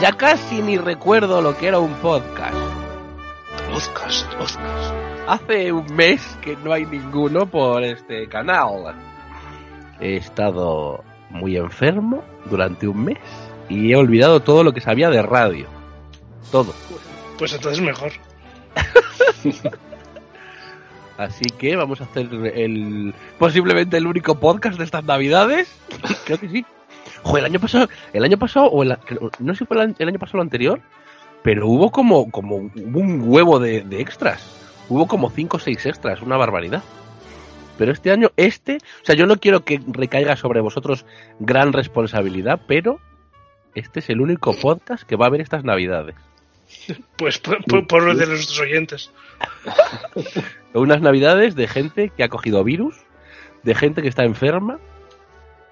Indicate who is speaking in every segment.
Speaker 1: Ya casi ni recuerdo lo que era un podcast.
Speaker 2: Podcast, podcast.
Speaker 1: Hace un mes que no hay ninguno por este canal. He estado muy enfermo durante un mes y he olvidado todo lo que sabía de radio. Todo.
Speaker 2: Pues entonces mejor.
Speaker 1: Así que vamos a hacer el posiblemente el único podcast de estas Navidades. Creo que sí. Joder, el año pasado, el año pasado o el- creo- no sé si fue el an- el año pasado o el anterior, pero hubo como como hubo un huevo de, de extras. Hubo como cinco o seis extras, una barbaridad. Pero este año este, o sea, yo no quiero que recaiga sobre vosotros gran responsabilidad, pero este es el único podcast que va a haber estas Navidades.
Speaker 2: Pues por, por- por lo de nuestros oyentes.
Speaker 1: unas navidades de gente que ha cogido virus, de gente que está enferma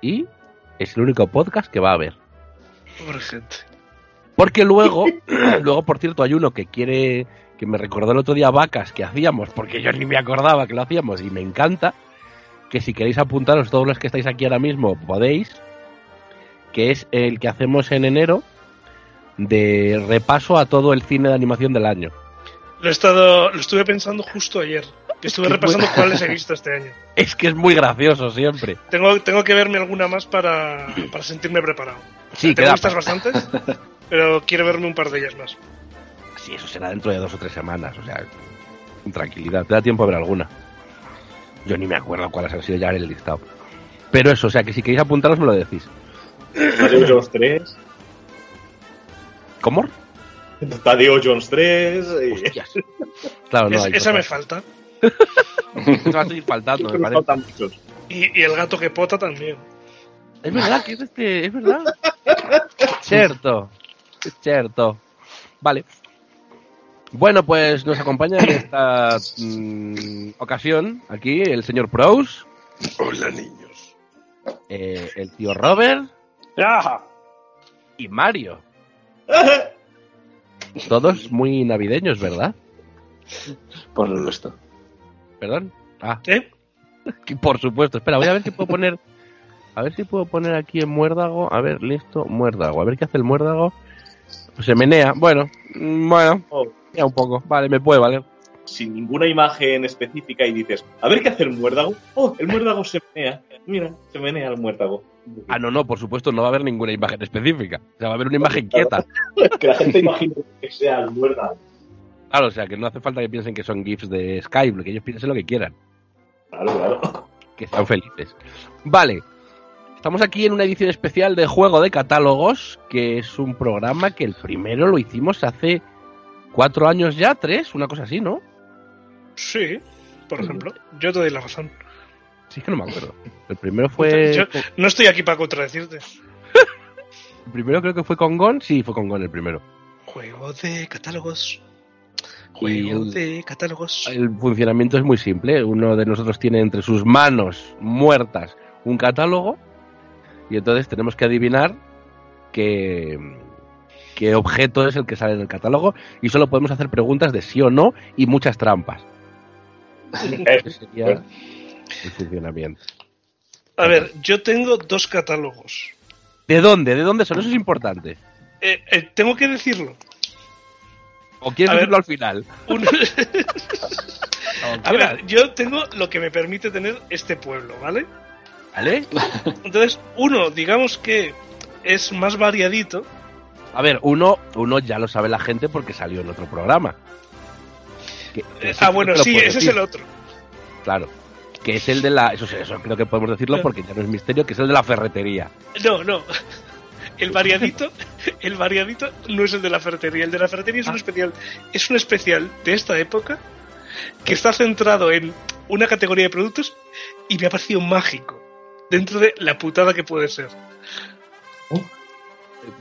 Speaker 1: y es el único podcast que va a haber.
Speaker 2: Pobre gente.
Speaker 1: Porque luego, luego por cierto, hay uno que quiere que me recordó el otro día vacas que hacíamos, porque yo ni me acordaba que lo hacíamos y me encanta que si queréis apuntaros todos los que estáis aquí ahora mismo podéis, que es el que hacemos en enero de repaso a todo el cine de animación del año.
Speaker 2: Lo, he estado, lo estuve pensando justo ayer. Que estuve repasando cuáles he visto este año.
Speaker 1: Es que es muy gracioso siempre.
Speaker 2: Tengo, tengo que verme alguna más para, para sentirme preparado.
Speaker 1: Sí,
Speaker 2: ¿Te
Speaker 1: queda-
Speaker 2: gustas bastantes? Pero quiero verme un par de ellas más.
Speaker 1: Sí, eso será dentro de dos o tres semanas, o sea, con tranquilidad, te da tiempo a ver alguna. Yo ni me acuerdo cuáles han sido ya en el listado. Pero eso, o sea, que si queréis apuntaros me lo decís.
Speaker 3: Mario Jones 3,
Speaker 1: ¿Cómo?
Speaker 3: Tadeo Jones 3. Y...
Speaker 1: Hostias. Claro, no
Speaker 2: Es-
Speaker 1: hay
Speaker 2: esa me
Speaker 1: cosas.
Speaker 2: falta.
Speaker 1: Esa va a seguir faltando, me
Speaker 3: Nos
Speaker 1: parece.
Speaker 3: faltan muchos.
Speaker 2: Y, y el gato que pota también.
Speaker 1: Es verdad que es este, es verdad. Cierto, es cierto. Vale. Bueno, pues nos acompaña en esta mm, ocasión aquí el señor Prous,
Speaker 2: Hola, niños.
Speaker 1: eh, el tío Robert
Speaker 3: ¡Ah!
Speaker 1: y Mario. Todos muy navideños, ¿verdad?
Speaker 4: Por lo nuestro.
Speaker 1: Perdón. Ah,
Speaker 2: ¿Eh?
Speaker 1: que por supuesto. Espera, voy a ver si puedo poner. A ver si puedo poner aquí en muérdago. A ver, listo, muérdago. A ver qué hace el muérdago. Se menea. Bueno, mm, bueno,
Speaker 3: Oh,
Speaker 1: ya un poco. Vale, me puede valer.
Speaker 3: sin ninguna imagen específica y dices, a ver qué hace el muérdago. Oh, el muérdago se menea. Mira, se menea el muérdago.
Speaker 1: Ah, no, no, por supuesto, no va a haber ninguna imagen específica. O sea, va a haber una imagen quieta.
Speaker 3: Que la gente imagine que sea el muérdago.
Speaker 1: Claro, o sea, que no hace falta que piensen que son GIFs de Skype, que ellos piensen lo que quieran.
Speaker 3: Claro, claro.
Speaker 1: que están felices. Vale, estamos aquí en una edición especial de Juego de Catálogos, que es un programa que el primero lo hicimos hace cuatro años ya, tres, una cosa así, ¿no?
Speaker 2: Sí, por ejemplo. Yo te doy la razón.
Speaker 1: Sí que no me acuerdo. El primero fue...
Speaker 2: Yo- No estoy aquí para contradecirte.
Speaker 1: El primero creo que fue con Gon, sí, fue con Gon el primero.
Speaker 2: Juego de catálogos.
Speaker 1: Y
Speaker 2: Juego
Speaker 1: el-
Speaker 2: de catálogos.
Speaker 1: El funcionamiento es muy simple. Uno de nosotros tiene entre sus manos muertas un catálogo y entonces tenemos que adivinar qué, qué objeto es el que sale en el catálogo y solo podemos hacer preguntas de sí o no y muchas trampas. Ese sería el funcionamiento.
Speaker 2: A ver, yo tengo dos catálogos.
Speaker 1: ¿De dónde? ¿De dónde son? Eso es importante.
Speaker 2: Eh, eh, tengo que decirlo.
Speaker 1: ¿O quieres
Speaker 2: A ver.
Speaker 1: decirlo al final?
Speaker 2: Un- A ver, yo tengo lo que me permite tener este pueblo, ¿vale?
Speaker 1: ¿Vale?
Speaker 2: Entonces, uno, digamos que es más variadito.
Speaker 1: A ver, uno, uno ya lo sabe la gente porque salió en otro programa. Que- que
Speaker 2: Eh,
Speaker 1: ese
Speaker 2: ah,
Speaker 1: sí
Speaker 2: bueno,
Speaker 1: te lo
Speaker 2: sí,
Speaker 1: puedo
Speaker 2: ese es
Speaker 1: decir.
Speaker 2: el otro.
Speaker 1: Claro. Que es el de la. Eso, sí, eso creo que podemos decirlo porque ya no es misterio, que es el de la ferretería.
Speaker 2: No, no. El variadito, el variadito no es el de la ferretería. El de la ferretería
Speaker 1: Ah.
Speaker 2: es un especial, es un especial de esta época que está centrado en una categoría de productos y me ha parecido mágico dentro de la putada que puede ser.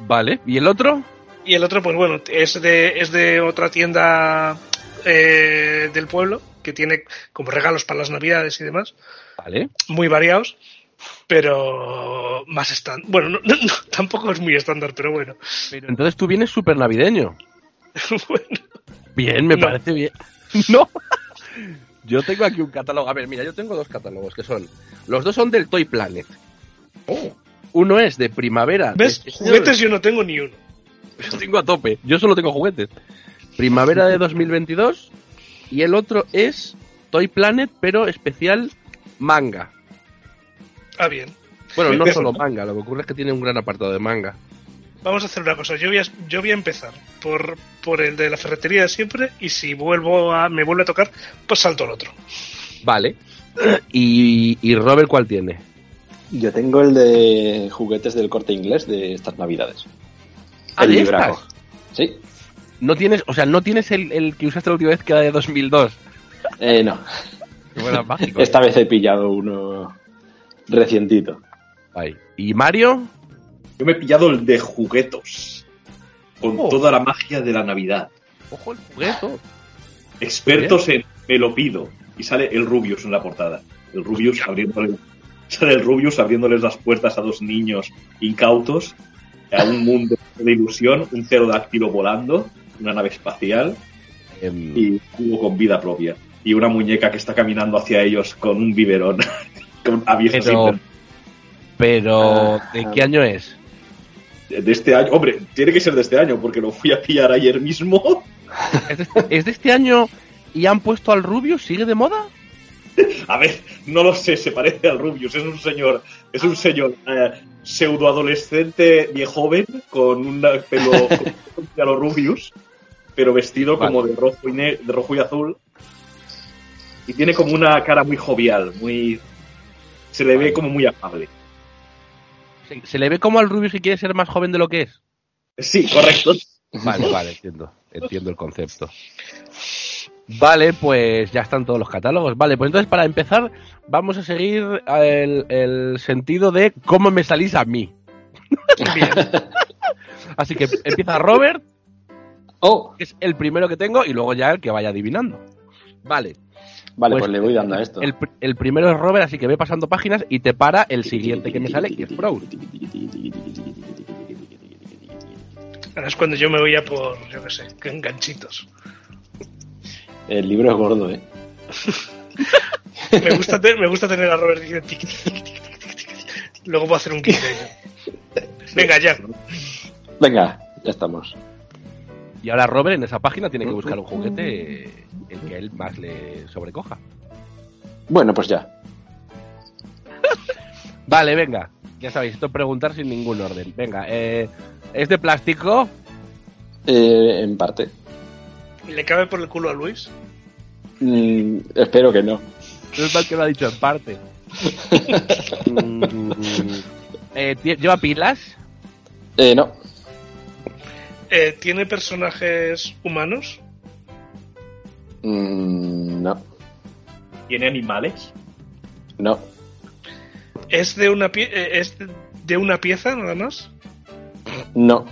Speaker 1: Vale, ¿y el otro?
Speaker 2: Y el otro, pues bueno, es de, es de otra tienda eh, del pueblo que tiene como regalos para las navidades y demás,
Speaker 1: Vale.
Speaker 2: muy variados, pero más estándar. Bueno, no- no- no, tampoco es muy estándar, pero bueno.
Speaker 1: Pero entonces tú vienes súper navideño.
Speaker 2: Bueno,
Speaker 1: Bien, me
Speaker 2: No.
Speaker 1: parece bien. No. Yo tengo aquí un catálogo. A ver, mira, yo tengo dos catálogos que son. Los dos son del Toy Planet. Uno es de primavera. de
Speaker 2: Oh. ¿Ves?
Speaker 1: este señor-
Speaker 2: Juguetes yo no tengo ni uno.
Speaker 1: Yo tengo a tope. Yo solo tengo juguetes. Primavera de 2022. Y el otro es Toy Planet, pero especial manga.
Speaker 2: Ah, bien.
Speaker 1: Bueno, no solo manga, lo que ocurre es que tiene un gran apartado de manga.
Speaker 2: Vamos a hacer una cosa. Yo voy a, yo voy a empezar por, por el de la ferretería de siempre y si vuelvo a, me vuelve a tocar, pues salto al otro.
Speaker 1: Vale. ¿Y, y Robert cuál tiene?
Speaker 4: Yo tengo el de juguetes del corte inglés de estas navidades.
Speaker 1: Ah,
Speaker 4: el
Speaker 1: ¿de
Speaker 4: libraco. Sí.
Speaker 1: No tienes, o sea, no tienes el, el que usaste la última vez que era de 2002.
Speaker 4: Eh, no.
Speaker 1: Que fuera mágico.
Speaker 4: Esta vez he pillado uno recientito.
Speaker 1: Ahí. ¿Y Mario?
Speaker 3: Yo me he pillado el de juguetos. Con
Speaker 1: Oh.
Speaker 3: toda la magia de la Navidad.
Speaker 1: Ojo el juguete.
Speaker 3: Expertos en me lo pido. Y sale el Rubius en la portada. El Rubius abriéndole, sale el Rubius abriéndoles las puertas a dos niños incautos, a un mundo de ilusión, un pterodáctilo volando, una nave espacial
Speaker 1: Em,
Speaker 3: y un cubo con vida propia. Y una muñeca que está caminando hacia ellos con un biberón. con abierto
Speaker 1: pero, pero ¿de qué año es?
Speaker 3: de este año. Hombre, tiene que ser de este año porque lo fui a pillar ayer mismo.
Speaker 1: ¿Es de, es de este año y han puesto al rubio? ¿Sigue de moda?
Speaker 3: A ver, no lo sé, se parece al Rubius, es un señor, es un señor pseudo adolescente joven con un pelo con un pelo Rubius, pero vestido como de rojo y ne- de rojo y azul. Y tiene como una cara muy jovial, muy se le ve como muy afable.
Speaker 1: Se, se le ve como al rubio si quiere ser más joven de lo que es.
Speaker 3: Sí, correcto.
Speaker 1: Vale, vale, entiendo. Entiendo el concepto. Vale, pues ya están todos los catálogos. Vale, pues entonces para empezar vamos a seguir el, el sentido de cómo me salís a mí. Así que empieza Robert,
Speaker 4: Oh,
Speaker 1: que es el primero que tengo, y luego ya el que vaya adivinando. Vale,
Speaker 4: vale,
Speaker 1: Pues,
Speaker 4: pues, le voy dando a esto.
Speaker 1: el, pr- el primero es Robert, así que ve pasando páginas y te para el siguiente que me sale, que es Proust.
Speaker 2: Ahora es cuando yo me voy a por, yo qué sé, con ganchitos.
Speaker 4: El libro es gordo, ¿eh?
Speaker 2: Me gusta, te- me gusta tener a Robert diciendo tic, tic, tic, tic, tic, tic, tic. Luego puedo hacer un quinceañero. Venga, ya.
Speaker 4: Venga, ya estamos.
Speaker 1: Y ahora Robert en esa página tiene que buscar un juguete eh,
Speaker 4: Uh.
Speaker 1: el que a él más le sobrecoja.
Speaker 4: Bueno, pues ya.
Speaker 1: Vale, venga. Ya sabéis, esto es preguntar sin ningún orden. Venga, eh, ¿es de plástico?
Speaker 4: Eh, en parte.
Speaker 2: ¿Le cabe por el culo a Luis?
Speaker 4: Mm, espero que no.
Speaker 1: No es mal que lo ha dicho en parte. Mm, eh, ¿tie- ¿Lleva pilas?
Speaker 4: Eh, no.
Speaker 2: Eh, ¿Tiene personajes humanos?
Speaker 4: Mm, no.
Speaker 3: Tiene animales.
Speaker 4: No.
Speaker 2: ¿Es de una, pie- eh, ¿Es de una pieza nada más?
Speaker 4: No.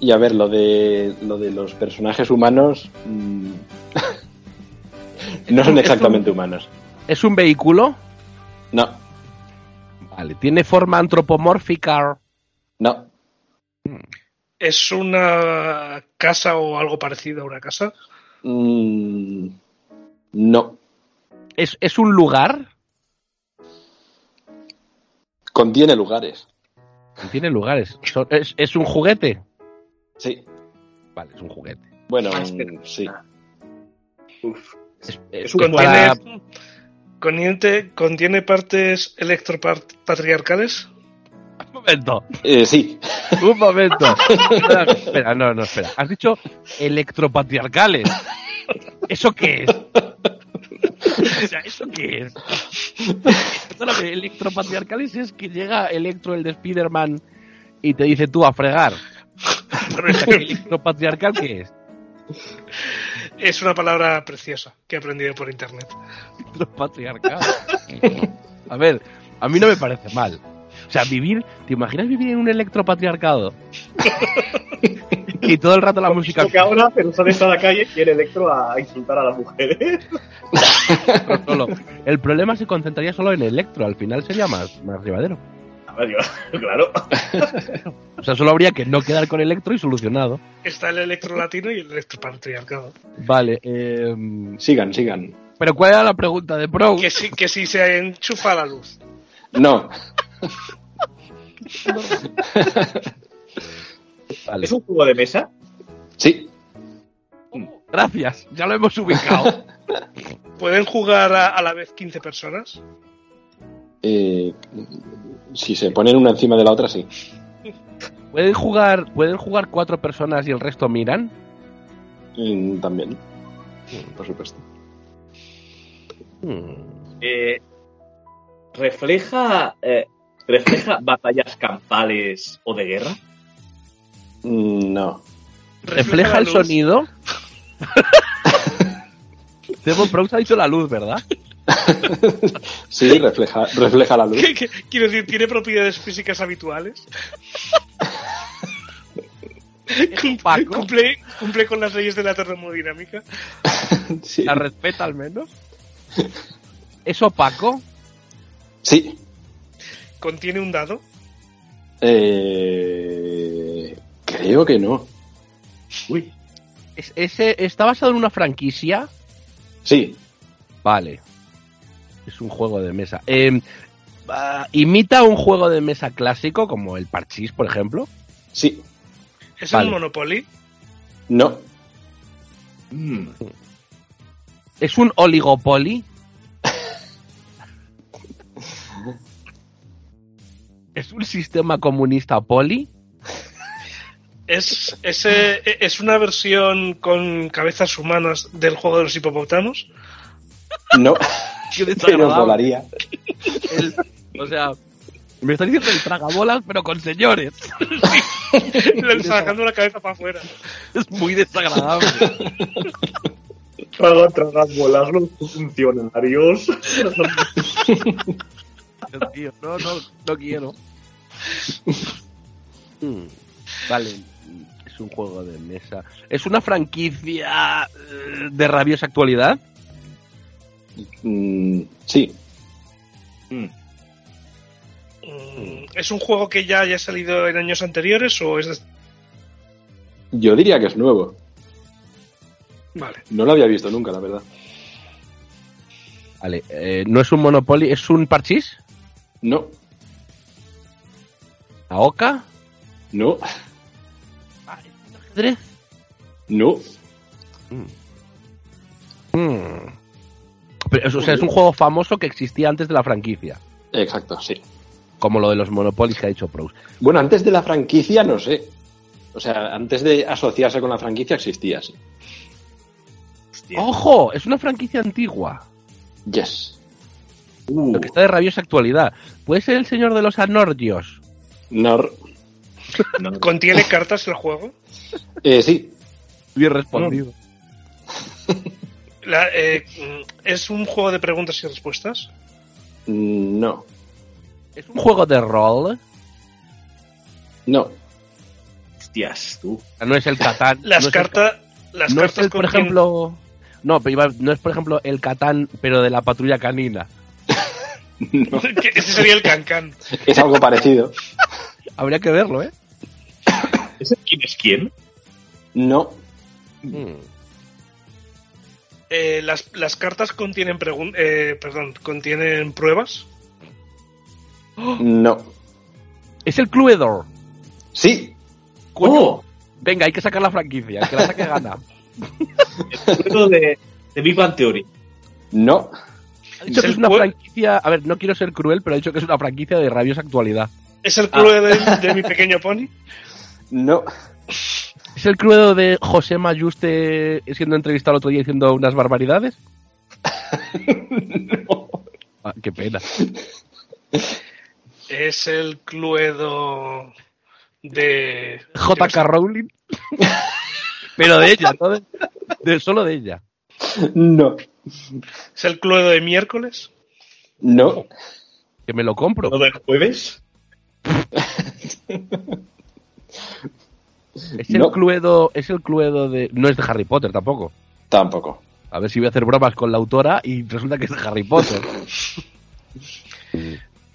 Speaker 4: Y a ver, lo de, lo de los personajes humanos. mm, no son exactamente humanos.
Speaker 1: ¿Es un vehículo?
Speaker 4: No.
Speaker 1: Vale, ¿tiene forma antropomórfica?
Speaker 4: No.
Speaker 2: ¿Es una casa o algo parecido a una casa?
Speaker 4: Mm, no.
Speaker 1: ¿Es, es un lugar?
Speaker 4: Contiene lugares.
Speaker 1: Tiene lugares. So- ¿Es, es un juguete?
Speaker 4: Sí.
Speaker 1: Vale, es un juguete.
Speaker 4: Bueno,
Speaker 3: Ah, espera.
Speaker 4: mm, sí.
Speaker 3: Uf.
Speaker 1: Es,
Speaker 3: Es
Speaker 1: es
Speaker 3: un
Speaker 1: para-
Speaker 2: ¿Contiene, contiene, contiene partes electropatriarcales?
Speaker 1: Un momento.
Speaker 4: Eh, sí.
Speaker 1: Un momento. espera, espera, no, no, espera. Has dicho electropatriarcales. ¿Eso qué es? O sea, ¿eso qué es? Perdóname, electropatriarcales es que llega Electro, el de Spider-Man, y te dice tú a fregar.
Speaker 2: Pero es
Speaker 1: ¿Qué
Speaker 2: que
Speaker 1: libro patriarcal que es?
Speaker 2: es una palabra preciosa que he aprendido por internet.
Speaker 1: Libro patriarcal. A ver, a mí no me parece mal. O sea, vivir, ¿te imaginas vivir en un electropatriarcado? y todo el rato la música.
Speaker 3: Lo que ahora pero sales a la calle y el electro a insultar a las mujeres.
Speaker 1: solo. El problema se concentraría solo en electro, al final sería más, más llevadero.
Speaker 3: A ver, claro.
Speaker 1: O sea, solo habría que no quedar con electro y solucionado.
Speaker 2: Está el electro latino y el electropatriarcado.
Speaker 1: Vale, em,
Speaker 4: Sigan, sigan.
Speaker 1: pero ¿cuál era la pregunta de Pro?
Speaker 2: Que si, que si se enchufa la luz.
Speaker 4: No,
Speaker 1: Vale.
Speaker 3: ¿Es un juego de mesa?
Speaker 4: sí,
Speaker 1: Gracias, ya lo hemos ubicado.
Speaker 2: ¿Pueden jugar a, a la vez 15 personas?
Speaker 4: eh, si se ponen una encima de la otra, sí.
Speaker 1: ¿Pueden jugar, ¿Pueden jugar cuatro personas y el resto miran?
Speaker 4: Mm, También, por supuesto.
Speaker 1: Hmm.
Speaker 3: Eh, ¿Refleja eh, refleja batallas campales o de guerra?
Speaker 4: Mm, No,
Speaker 1: ¿Refleja
Speaker 2: la
Speaker 1: el
Speaker 2: luz.
Speaker 1: sonido? Demon Prox ha dicho la luz, ¿verdad?
Speaker 4: sí, refleja, refleja la luz.
Speaker 2: ¿Qué- qué- Quiero decir, ¿tiene propiedades físicas habituales? Cum-
Speaker 1: Paco.
Speaker 2: Cumple, cumple con las leyes de la termodinámica.
Speaker 4: Sí,
Speaker 1: La respeta al menos. ¿Es opaco?
Speaker 4: sí.
Speaker 2: Contiene un dado.
Speaker 4: Eh, creo que no.
Speaker 3: Uy.
Speaker 1: ¿Es, ese, ¿Está basado en una franquicia?
Speaker 4: Sí,
Speaker 1: Vale. Es un juego de mesa. Eh, ah, ¿Imita un juego de mesa clásico como el Parchís, por ejemplo?
Speaker 4: sí,
Speaker 2: ¿Es
Speaker 1: Vale.
Speaker 2: un Monopoly?
Speaker 4: no,
Speaker 3: Mm.
Speaker 1: ¿Es un oligopoly? ¿Es un sistema comunista poli?
Speaker 2: ¿Es, es, eh, ¿Es una versión con cabezas humanas del juego de los hipopótamos?
Speaker 4: no,
Speaker 1: Qué
Speaker 4: pero
Speaker 1: desagradable.
Speaker 4: volaría.
Speaker 1: El- o sea, me estás diciendo el tragabolas, pero con señores.
Speaker 2: Le- Sacando la cabeza para afuera.
Speaker 1: Es muy desagradable.
Speaker 3: Traga, traga, volar los funcionarios.
Speaker 1: Tío, no, no, no quiero. Mm, Vale, es un juego de mesa. ¿Es una franquicia eh, de rabiosa actualidad?
Speaker 4: Mm, sí,
Speaker 3: Mm.
Speaker 2: Mm, ¿Es un juego que ya haya salido en años anteriores o es... de-
Speaker 4: yo diría que es nuevo.
Speaker 2: Vale.
Speaker 4: No lo había visto nunca, la verdad.
Speaker 1: Vale, eh, no es un Monopoly, es un Parchís,
Speaker 4: No,
Speaker 1: Aoka,
Speaker 4: no,
Speaker 1: ajedrez.
Speaker 4: no,
Speaker 1: Mm. Pero es, o sea, es un juego famoso que existía antes de la franquicia,
Speaker 4: exacto, sí.
Speaker 1: como lo de los Monopolies que ha dicho Proust.
Speaker 4: Bueno, antes de la franquicia, no sé. O sea, antes de asociarse con la franquicia existía, sí.
Speaker 3: Hostia.
Speaker 1: ¡Ojo! Es una franquicia antigua,
Speaker 4: Yes.
Speaker 3: Uh,
Speaker 1: lo que está de rabiosa actualidad. ¿Puede ser el Señor de los Anordios?
Speaker 4: Nor.
Speaker 3: no.
Speaker 2: ¿Contiene cartas el juego?
Speaker 4: Eh, sí,
Speaker 1: Bien respondido.
Speaker 2: La- eh, mm, ¿Es un juego de preguntas y respuestas?
Speaker 4: Mm, no,
Speaker 1: ¿Es un juego de rol?
Speaker 4: no,
Speaker 3: Hostias, tú.
Speaker 1: O sea, No es el Catán.
Speaker 2: Las
Speaker 1: no es el
Speaker 2: cartas... Las
Speaker 1: no es
Speaker 2: cartas
Speaker 1: el, por
Speaker 2: contienen-
Speaker 1: ejemplo. No, pero iba- no es por ejemplo el Catán, pero de la patrulla canina.
Speaker 4: no.
Speaker 2: que ese sería el cancán.
Speaker 4: Es algo parecido.
Speaker 1: Habría que verlo, ¿eh?
Speaker 3: ¿Es el quién es quién?
Speaker 4: No,
Speaker 1: Mm.
Speaker 2: Eh, las, las cartas contienen pregun- eh, perdón, contienen pruebas.
Speaker 4: no.
Speaker 1: Es el Cluedor.
Speaker 4: Sí,
Speaker 1: Coño.
Speaker 3: Oh,
Speaker 1: Venga, hay que sacar la franquicia. el que la saque gana.
Speaker 3: el juego de, de Big Bang Theory.
Speaker 4: no,
Speaker 1: Ha dicho que es una franquicia. A ver, no quiero ser cruel, pero ha dicho que es una franquicia de rabiosa actualidad.
Speaker 2: ¿Es
Speaker 1: Ah.
Speaker 2: el club de, de mi pequeño pony?
Speaker 4: no,
Speaker 1: ¿Es el Cluedo de José Mayuste siendo entrevistado el otro día diciendo unas barbaridades? Ah, qué pena.
Speaker 2: ¿Es el cluedo de.
Speaker 1: JK Rowling. Pero de ella, no de- de- solo de ella.
Speaker 4: No,
Speaker 2: ¿Es el cluedo de miércoles?
Speaker 4: no.
Speaker 1: Que me lo compro.
Speaker 3: ¿No del jueves?
Speaker 1: Es el
Speaker 4: No.
Speaker 1: cluedo, es el cluedo de. No es de Harry Potter tampoco.
Speaker 4: Tampoco.
Speaker 1: A ver si voy a hacer bromas con la autora y resulta que es de Harry Potter.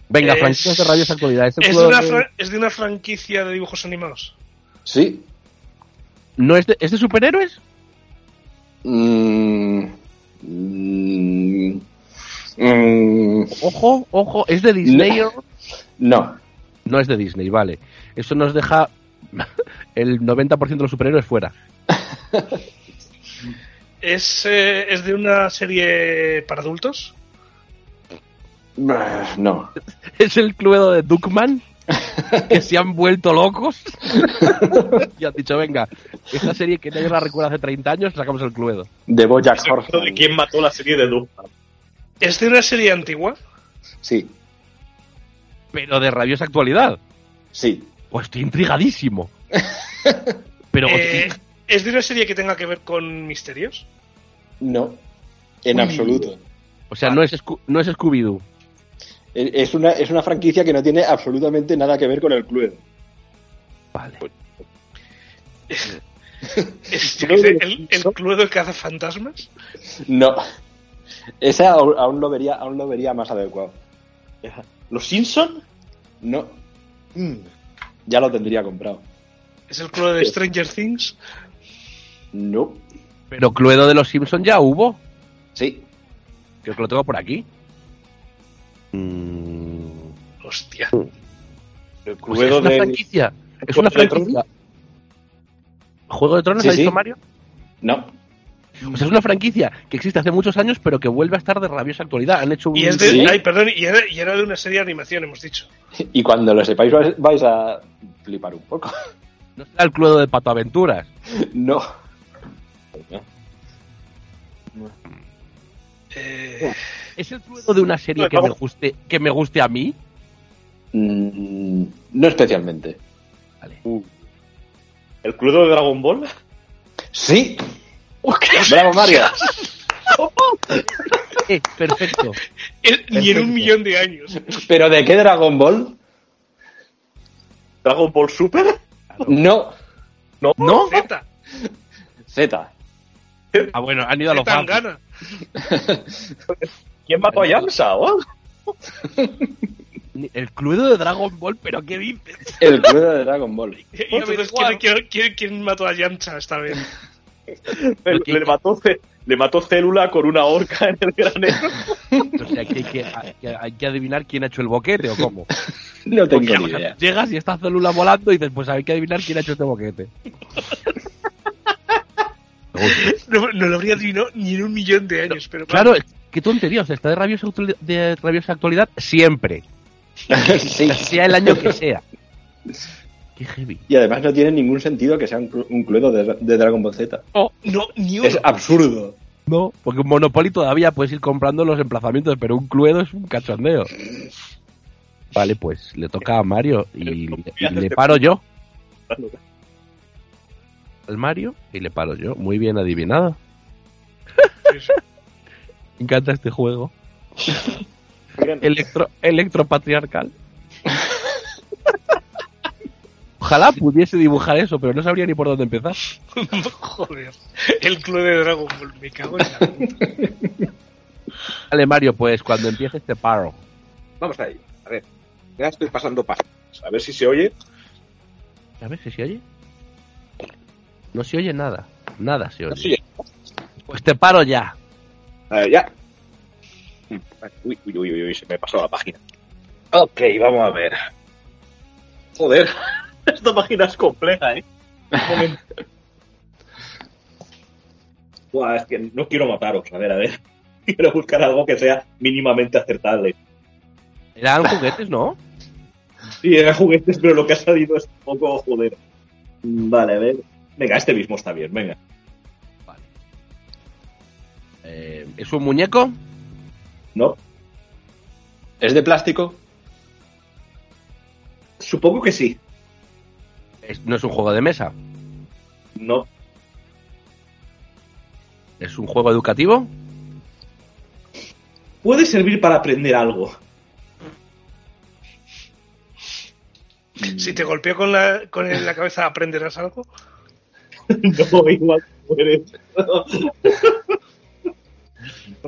Speaker 1: Venga,
Speaker 2: Es-
Speaker 1: franquicias de rabiosa actualidad. Es el
Speaker 2: ¿Es de,
Speaker 1: cluedo
Speaker 2: una
Speaker 1: de-
Speaker 2: fra- es de una franquicia de dibujos animados?
Speaker 4: Sí.
Speaker 1: ¿No es de, ¿es de superhéroes?
Speaker 4: Mm, mm, mm,
Speaker 1: Ojo, ojo, es de Disney.
Speaker 4: No. no.
Speaker 1: No es de Disney, vale. Eso nos deja el 90% de los superhéroes fuera.
Speaker 2: ¿Es, eh, ¿Es de una serie para adultos?
Speaker 4: Ah, No.
Speaker 1: Es el cluedo de Duckman. Que se han vuelto locos. y han dicho, venga, esta serie que nadie la recuerda hace 30 años, sacamos el cluedo.
Speaker 4: De Bojack
Speaker 3: ¿De
Speaker 4: Horseman.
Speaker 3: quién mató la serie de Dupa?
Speaker 2: ¿Es de una serie antigua?
Speaker 4: Sí,
Speaker 1: Pero de rabiosa actualidad.
Speaker 4: sí.
Speaker 1: Pues estoy intrigadísimo. Pero
Speaker 2: Eh, ¿Es de una serie que tenga que ver con misterios?
Speaker 4: No. En
Speaker 1: Uy.
Speaker 4: absoluto.
Speaker 1: O sea, no es, Sco- no es Scooby-Doo.
Speaker 4: E- Es una, es una franquicia que no tiene absolutamente nada que ver con el club.
Speaker 1: Vale.
Speaker 2: ¿Es yo qué sé, el, el cluedo de cada fantasmas?
Speaker 4: No. Ese aún, aún lo vería, aún lo vería más adecuado.
Speaker 3: ¿Los Simpson?
Speaker 4: No. Ya lo tendría comprado.
Speaker 2: ¿Es el cluedo de Stranger Things?
Speaker 4: No.
Speaker 1: Pero Cluedo de los Simpsons ya hubo.
Speaker 4: Sí.
Speaker 1: Creo que lo tengo por aquí. Mm.
Speaker 2: Hostia.
Speaker 3: El
Speaker 1: O sea,
Speaker 3: cluedo
Speaker 1: Pues es una
Speaker 3: de...
Speaker 1: franquicia. Es una
Speaker 3: ¿Juego de Tronos?
Speaker 1: franquicia. ¿Juego de Tronos
Speaker 4: Sí,
Speaker 1: ha dicho
Speaker 4: sí.
Speaker 1: Mario?
Speaker 4: No.
Speaker 1: O sea, es una franquicia que existe hace muchos años, pero que vuelve a estar de rabiosa actualidad. Han hecho un.
Speaker 2: Y es de.
Speaker 4: ¿Sí?
Speaker 2: Ay, perdón, y era, y era de una serie de animación, hemos dicho.
Speaker 4: Y cuando lo sepáis vais- vais a flipar un poco.
Speaker 1: No será el Cluedo de Pato Aventuras.
Speaker 4: No.
Speaker 2: Eh,
Speaker 1: ¿Es el Cluedo de una serie que me guste, que me guste a mí?
Speaker 4: Mm, no especialmente.
Speaker 1: Vale.
Speaker 3: ¿El cluedo de Dragon Ball?
Speaker 4: Sí. Bravo, Mario.
Speaker 1: Eh, perfecto.
Speaker 2: eh, ni en
Speaker 4: Perfecto.
Speaker 2: un millón de años.
Speaker 4: ¿Pero de qué Dragon Ball?
Speaker 3: ¿Dragon Ball Super?
Speaker 4: No.
Speaker 3: No.
Speaker 1: ¿No?
Speaker 2: Z,
Speaker 4: Z.
Speaker 1: Ah, bueno, han ido a los
Speaker 2: tan
Speaker 1: fans.
Speaker 2: gana.
Speaker 3: ¿Quién mató a Yamsa? o?
Speaker 1: El Cluedo de Dragon Ball, ¿pero qué dices?
Speaker 4: El club de Dragon Ball.
Speaker 2: Y a ver, ¿quién, quién, quién- quién mató a Yamcha esta vez?
Speaker 3: Le, le mató, ce- le mató Célula con una horca en el granero.
Speaker 1: O sea, que hay que, hay que- hay que adivinar quién ha hecho el boquete o cómo.
Speaker 4: Pues No tengo
Speaker 1: Porque,
Speaker 4: ni
Speaker 1: o sea,
Speaker 4: idea.
Speaker 1: Llegas y está Célula volando y dices, pues hay que adivinar quién ha hecho este boquete.
Speaker 2: No, no lo habría adivinado ni en un millón de años, pero
Speaker 1: Claro, es- qué tontería, o sea, está de rabiosa, actuali- de rabiosa actualidad siempre,
Speaker 4: Sí.
Speaker 1: sea el año que sea. Qué heavy.
Speaker 4: Y además no tiene ningún sentido que sea un, clu- un cluedo de, de Dragon Ball Z.
Speaker 2: Oh, no, ni uno.
Speaker 4: Es absurdo.
Speaker 1: No, porque un Monopoly todavía puedes ir comprando los emplazamientos, pero un Cluedo es un cachondeo. Vale, pues le toca a Mario y, le- y le paro yo. Al Mario y le paro yo. Muy bien adivinado. Me encanta este juego. Electro, electropatriarcal. Ojalá pudiese dibujar eso, pero no sabría ni por dónde empezar.
Speaker 2: Joder. El club de Dragon Ball, me cago en la...
Speaker 1: Vale, Mario, pues cuando empieces te paro.
Speaker 5: Vamos a ello. A ver. Ya estoy pasando paso.
Speaker 3: A ver si se oye.
Speaker 1: A ver si se oye. No se oye nada. Nada se oye.
Speaker 5: Sí,
Speaker 1: Pues te paro ya.
Speaker 5: A
Speaker 3: Eh,
Speaker 5: ver, ya. Mm, vale. Uy, uy, uy, uy, uy, se me pasó la página. Ok, vamos a ver. Joder.
Speaker 3: Esta página es compleja, ¿eh? Un momento. Buah, es que no quiero mataros. A ver, a ver. Quiero buscar algo que sea mínimamente acertable.
Speaker 1: Eran juguetes, ¿no?
Speaker 3: Sí, era juguetes, pero lo que ha salido es un poco joder. Mm, Vale, a ver. Venga, este mismo está bien, venga.
Speaker 1: Vale. Eh, ¿Es un muñeco?
Speaker 3: ¿No?
Speaker 4: ¿Es de plástico?
Speaker 3: Supongo que sí.
Speaker 1: Es- no es un juego de mesa,
Speaker 3: No,
Speaker 1: es un juego educativo.
Speaker 3: puede servir para aprender algo.
Speaker 2: Si te golpeó con la, con el- la cabeza, aprenderás algo.
Speaker 3: No, igual puedes.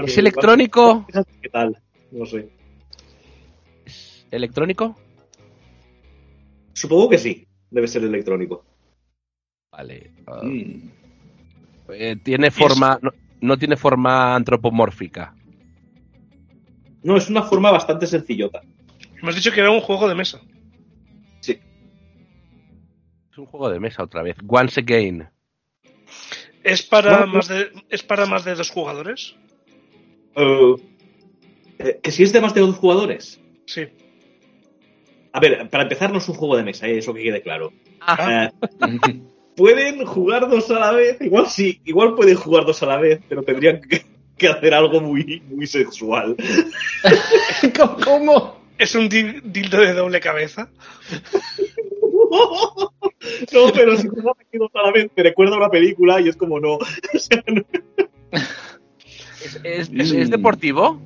Speaker 1: ¿Es electrónico?
Speaker 3: Eh, ¿Qué tal? No sé.
Speaker 1: ¿Es electrónico?
Speaker 3: Supongo que sí. Debe ser electrónico.
Speaker 1: Vale. ah, eh, tiene forma. No, no tiene forma antropomórfica.
Speaker 3: No, es una forma bastante sencillota.
Speaker 2: Hemos dicho que era un juego de mesa.
Speaker 1: Es un juego de mesa otra vez. Once again.
Speaker 2: Es para
Speaker 3: Bueno,
Speaker 2: más de es para más de dos jugadores.
Speaker 3: Eh, eh, que si es de más de dos jugadores.
Speaker 2: Sí.
Speaker 3: A ver, para empezar, no es un juego de mesa, eh, eso que quede claro.
Speaker 2: Ah,
Speaker 3: Eh, ¿Pueden jugar dos a la vez? Igual sí, igual pueden jugar dos a la vez, pero tendrían que, que hacer algo muy, muy sexual.
Speaker 4: ¿Cómo?
Speaker 2: es un di- dildo de doble cabeza.
Speaker 3: No, pero si juegas aquí dos a la vez, te recuerda una película y es como no. O sea, no.
Speaker 1: ¿Es, es- es- es deportivo?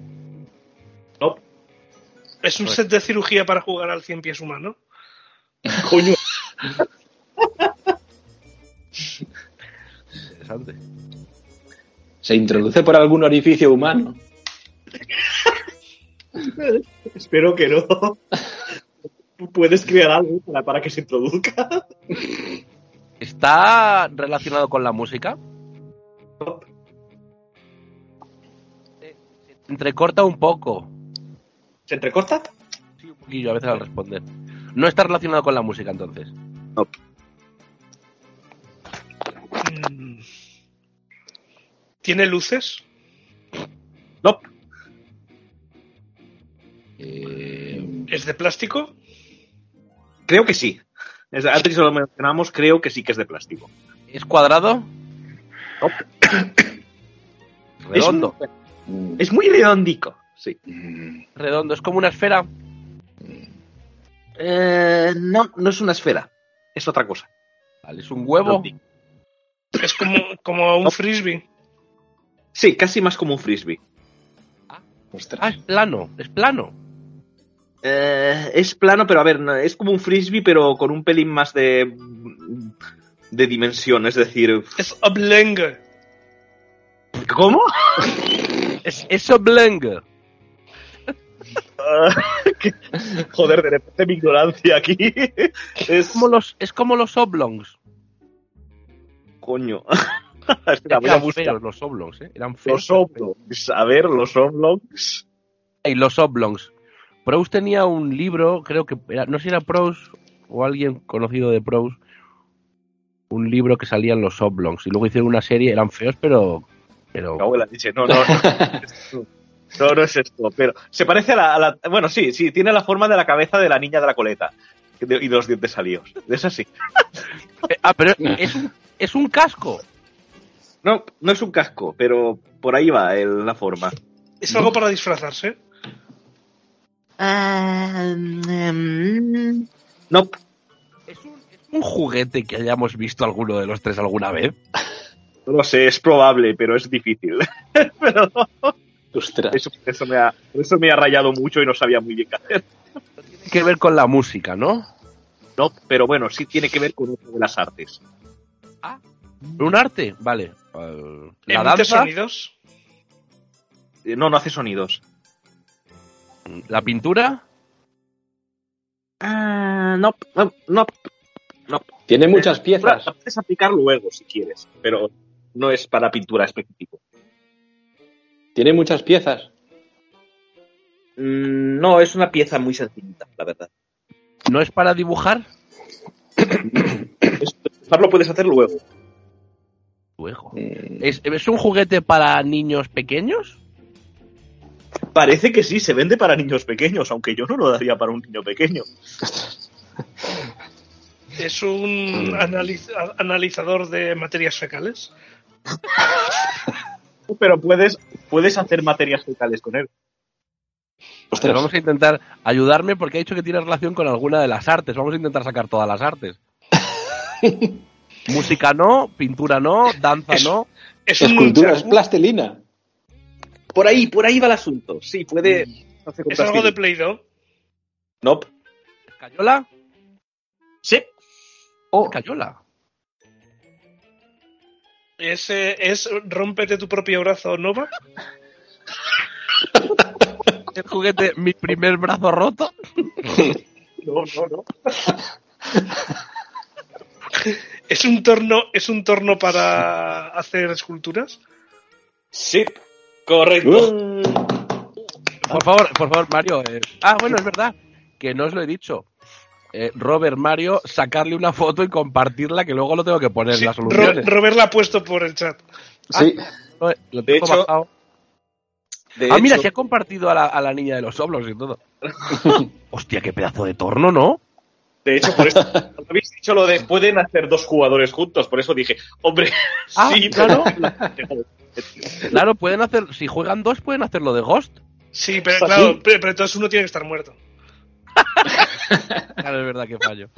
Speaker 3: no,
Speaker 2: Es un
Speaker 1: Pues-
Speaker 2: set de cirugía para jugar al 100 pies humano.
Speaker 3: coño.
Speaker 1: Interesante.
Speaker 4: ¿Se introduce por algún orificio humano?
Speaker 3: Espero que no. Puedes crear algo para, para que se introduzca.
Speaker 1: ¿Está relacionado con la música? Eh, se Entrecorta un poco.
Speaker 3: ¿Se entrecorta?
Speaker 1: Sí, un poquillo a veces al responder. No está relacionado con la música entonces.
Speaker 2: Mm. ¿Tiene luces?
Speaker 3: No.
Speaker 2: ¿Es de plástico?
Speaker 3: Creo que sí. Es- Antes lo mencionamos, creo que sí que es de plástico.
Speaker 1: ¿Es cuadrado?
Speaker 3: No.
Speaker 1: Redondo.
Speaker 4: Mm.
Speaker 3: Es muy redondico. Sí.
Speaker 1: Redondo. Es como una esfera.
Speaker 3: Eh, no, no es una esfera. Es otra cosa.
Speaker 1: Vale, es un huevo.
Speaker 2: Es como, como un
Speaker 3: No.
Speaker 2: frisbee.
Speaker 3: Sí, casi más como un frisbee.
Speaker 1: Ah, es plano. Es plano.
Speaker 3: Eh, es plano, pero a ver, no- es como un frisbee, pero con un pelín más de. de dimensión. Es decir.
Speaker 2: Es oblongo.
Speaker 3: ¿Cómo?
Speaker 1: Es, es oblongo.
Speaker 3: Joder, de repente mi ignorancia aquí. Es.
Speaker 1: Como los, es como los oblongs.
Speaker 3: Coño. Espera, voy a
Speaker 1: Eran
Speaker 3: buscar.
Speaker 1: feos los oblongs, ¿eh? Eran feos.
Speaker 3: Los oblongs. A ver, los oblongs.
Speaker 1: Y los oblongs. Proust tenía un libro, creo que era- no sé si era Proust o alguien conocido de Proust, un libro que salían los oblongs y luego hicieron una serie, eran feos, pero pero
Speaker 3: Me cago en la leche. No, no, no. No, no es esto, pero se parece a la, a la- Bueno, sí, sí, tiene la forma de la cabeza de la niña de la coleta de- y los dientes salidos. Es así.
Speaker 1: Eh, ah, pero es un, es un casco.
Speaker 3: No, no es un casco, pero por ahí va el- la forma.
Speaker 2: ¿Es algo para disfrazarse?
Speaker 3: No,
Speaker 1: ¿Es un, es un juguete que hayamos visto alguno de los tres alguna vez.
Speaker 3: no lo sé, es probable, pero es difícil. pero
Speaker 4: Ostras.
Speaker 3: eso, eso me ha, eso me ha rayado mucho y no sabía muy bien qué hacer.
Speaker 1: Tiene que ver con la música, ¿no?
Speaker 3: No, pero bueno, sí tiene que ver con otra de las artes.
Speaker 1: Un arte, vale. Eh, la
Speaker 2: ¿Emite
Speaker 1: danza,
Speaker 2: sonidos?
Speaker 3: Eh, No, no hace sonidos.
Speaker 1: la pintura.
Speaker 3: Ah, no, no, no,
Speaker 4: Tiene muchas piezas.
Speaker 3: La puedes aplicar luego si quieres, pero no es para pintura específico.
Speaker 4: Tiene muchas piezas.
Speaker 3: Mm, No, es una pieza muy sencillita, la verdad.
Speaker 1: No es para dibujar.
Speaker 3: Dibujar lo puedes hacer luego. Eh.
Speaker 1: Juego.
Speaker 4: Mm,
Speaker 1: ¿Es, ¿Es un juguete para niños pequeños?
Speaker 3: Parece que sí, se vende para niños pequeños, aunque yo no lo daría para un niño pequeño.
Speaker 2: ¿Es un analiz- a- analizador de materias fecales?
Speaker 3: Pero puedes, puedes hacer materias fecales con él.
Speaker 4: Ostras.
Speaker 1: Vamos a intentar ayudarme porque ha dicho que tiene relación con alguna de las artes. Vamos a intentar sacar todas las artes. Música no, pintura no, danza no.
Speaker 2: Es un
Speaker 4: Escultura, es
Speaker 2: nunchaku.
Speaker 4: plastilina.
Speaker 5: Por ahí, por ahí va el asunto. Sí, puede.
Speaker 2: Es algo de Play Doh.
Speaker 5: No.
Speaker 1: ¿Cayola?
Speaker 5: Sí.
Speaker 4: Oh,
Speaker 1: ¿Cayola?
Speaker 2: Es, eh, es rompete tu propio brazo, Nova.
Speaker 1: El juguete, mi primer brazo roto.
Speaker 2: No, no, no. es un torno, es un torno para hacer esculturas.
Speaker 3: Sí, correcto.
Speaker 4: uh,
Speaker 1: Por favor, por favor, Mario. eh, Ah, bueno, es verdad, que no os lo he dicho. Eh, Robert Mario, sacarle una foto y compartirla, que luego lo tengo que poner
Speaker 2: Sí,
Speaker 1: en las
Speaker 2: Ro-
Speaker 1: soluciones.
Speaker 2: Robert la ha puesto por el chat.
Speaker 4: sí.
Speaker 1: No, eh, lo
Speaker 5: De
Speaker 1: tengo
Speaker 5: hecho,
Speaker 1: bajado.
Speaker 5: Ah, De
Speaker 1: Ah, mira,
Speaker 5: hecho,
Speaker 1: se ha compartido a la, a la niña de los oblos y todo. Hostia, qué pedazo de torno, ¿no?
Speaker 3: De hecho, por eso cuando habéis dicho lo de pueden hacer dos jugadores juntos, por eso dije, hombre,
Speaker 1: Ah,
Speaker 3: sí,
Speaker 1: claro.
Speaker 3: pero-
Speaker 1: Claro, pueden hacer, si juegan dos, pueden hacer lo de Ghost.
Speaker 2: Sí, pero
Speaker 3: ¿Está
Speaker 2: claro,
Speaker 3: así?
Speaker 2: pero, pero entonces uno tiene que estar muerto.
Speaker 1: Claro, es verdad que fallo.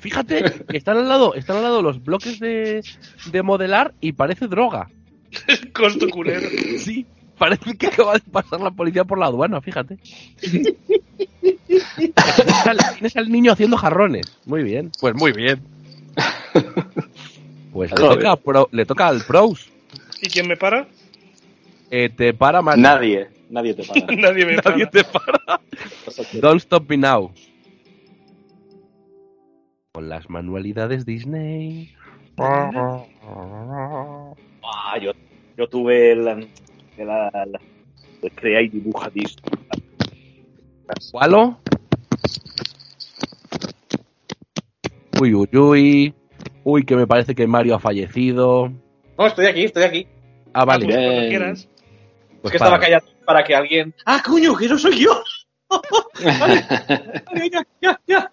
Speaker 1: Fíjate, que están al lado, están al lado los bloques de, de modelar y parece droga.
Speaker 2: Costo culero.
Speaker 1: Sí, parece que acaba de pasar la policía por la aduana, fíjate. Tienes al- Tienes al niño haciendo jarrones. Muy bien. Pues muy bien. Pues le
Speaker 4: Joder.
Speaker 1: toca, a Pro- le toca al pros.
Speaker 2: ¿Y quién me para?
Speaker 1: Eh, te para Mario.
Speaker 4: Nadie, nadie te para.
Speaker 2: Nadie me
Speaker 1: Nadie
Speaker 2: para.
Speaker 1: te para. Don't stop me now. Con las manualidades Disney.
Speaker 5: ah, yo, yo tuve el, um, el, el- el crea y dibuja disco.
Speaker 1: ¿Cualo? Uy, uy, uy. Uy, que me parece que Mario ha fallecido.
Speaker 5: No, estoy aquí, estoy aquí.
Speaker 1: Ah,
Speaker 2: Pues
Speaker 1: vale. pues
Speaker 2: cuando
Speaker 4: Bien.
Speaker 2: quieras.
Speaker 5: es que estaba
Speaker 1: para.
Speaker 5: callado para que alguien. ¡Ah, coño, que no soy yo! Vale, ya, ya, ya.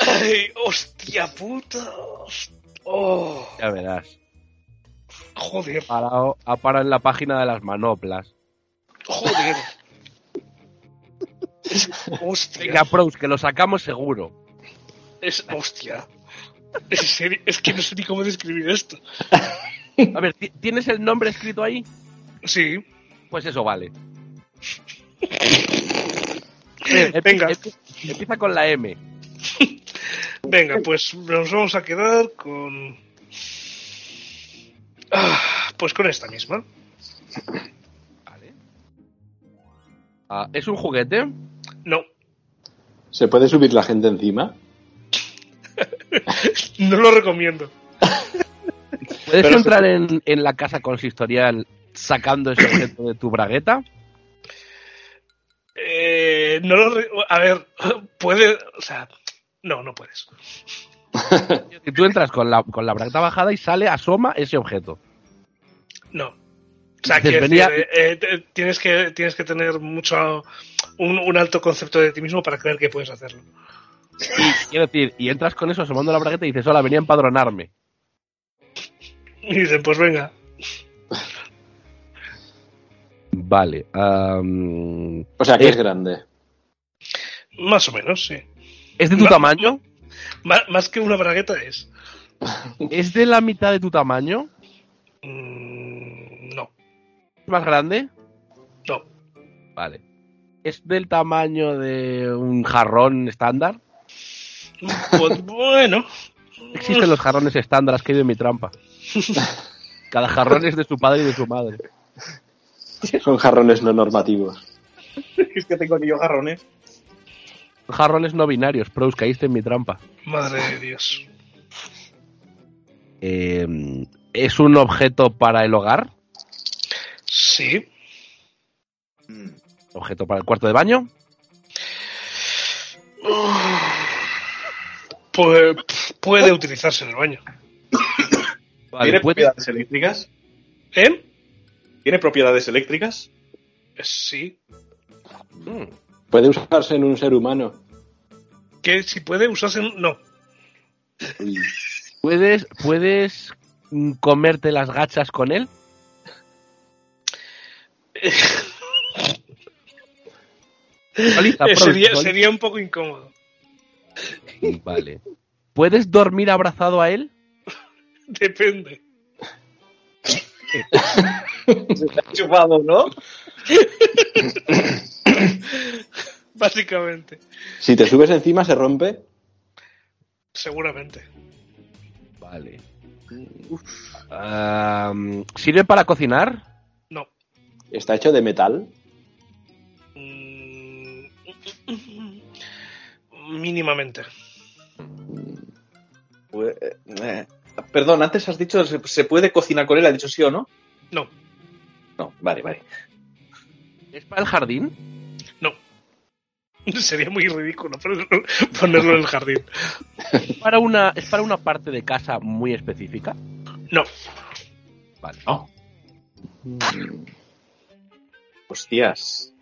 Speaker 2: Ay, hostia puta. Oh,
Speaker 1: Ya verás.
Speaker 2: joder,
Speaker 1: Parao- ha parado en la página de las manoplas.
Speaker 2: joder. Es- hostia.
Speaker 1: Venga, pros, que lo sacamos seguro.
Speaker 2: Es, hostia. En serio, es que no sé ni cómo describir esto.
Speaker 1: A ver, ti- ¿tienes el nombre escrito ahí?
Speaker 2: Sí.
Speaker 1: Pues eso vale. Eh,
Speaker 2: eh, Venga.
Speaker 1: Empie- Empieza con la M.
Speaker 2: Venga, pues nos vamos a quedar con. Ah, pues con esta misma.
Speaker 1: Vale. Ah, ¿Es un juguete?
Speaker 2: No,
Speaker 4: ¿Se puede subir la gente encima?
Speaker 2: no lo recomiendo.
Speaker 1: ¿Puedes
Speaker 3: Pero
Speaker 1: entrar en, en la casa consistorial sacando ese objeto de tu bragueta?
Speaker 2: Eh, no lo. re- A ver, puede. O sea, no, no puedes.
Speaker 1: Si tú entras con la, con la bragueta bajada y sale, asoma ese objeto.
Speaker 2: No. O sea,
Speaker 1: Dices,
Speaker 2: quiero decir,
Speaker 1: venía-
Speaker 2: eh, eh, te- tienes, que, tienes que tener mucho. Un, un alto concepto de ti mismo para creer que puedes hacerlo.
Speaker 1: Quiero decir, y entras con eso asomando la bragueta y dices, hola, venía a empadronarme.
Speaker 2: Y dicen, pues venga.
Speaker 1: Vale. am,
Speaker 4: O sea, que
Speaker 1: Eh.
Speaker 4: es grande.
Speaker 2: Más o menos, sí.
Speaker 1: ¿Es de tu
Speaker 2: Ma-
Speaker 1: tamaño?
Speaker 2: Ma- más que una bragueta es.
Speaker 1: ¿Es de la mitad de tu tamaño?
Speaker 2: Mm, no,
Speaker 1: ¿Es más grande?
Speaker 2: no,
Speaker 1: Vale. ¿Es del tamaño de un jarrón estándar?
Speaker 2: Pues, bueno.
Speaker 1: Existen los jarrones estándar, has caído en mi trampa. Cada jarrón es de su padre y de su madre.
Speaker 4: Son jarrones no normativos.
Speaker 5: Es que tengo ni yo garrones.
Speaker 1: Son jarrones no binarios, pros, caíste en mi trampa.
Speaker 2: Madre de Dios.
Speaker 1: Eh, ¿Es un objeto para el hogar?
Speaker 2: Sí.
Speaker 1: ¿Objeto para el cuarto de baño?
Speaker 2: Pues puede utilizarse en el baño.
Speaker 1: Vale,
Speaker 3: ¿Tiene
Speaker 1: puede-
Speaker 3: propiedades eléctricas?
Speaker 2: ¿Eh?
Speaker 3: ¿Tiene propiedades eléctricas?
Speaker 2: Sí.
Speaker 1: Mm,
Speaker 4: ¿Puede usarse en un ser humano?
Speaker 2: Que si puede usarse en... No.
Speaker 4: Uy.
Speaker 1: ¿Puedes, puedes mm, comerte las gachas con él? Solita, Proust,
Speaker 2: sería,
Speaker 1: solita.
Speaker 2: Eh, sería un poco incómodo.
Speaker 1: Vale. ¿Puedes dormir abrazado a él?
Speaker 2: Depende.
Speaker 5: Chupado, ¿no?
Speaker 2: Básicamente.
Speaker 4: Si te subes encima, se rompe.
Speaker 2: Seguramente.
Speaker 1: Vale. Am, ¿Sirve para cocinar?
Speaker 2: No.
Speaker 4: Está hecho de metal.
Speaker 2: Mm, Mínimamente.
Speaker 5: Pues, eh, Perdón, antes has dicho, ¿se, se puede cocinar con él? ¿Has dicho sí o no?
Speaker 2: No.
Speaker 5: No, vale, vale.
Speaker 1: ¿Es para el jardín?
Speaker 2: Sería muy ridículo ponerlo, ponerlo en el jardín.
Speaker 1: ¿Es para una, ¿Es para una parte de casa muy específica?
Speaker 2: No.
Speaker 1: Vale.
Speaker 5: Hostias.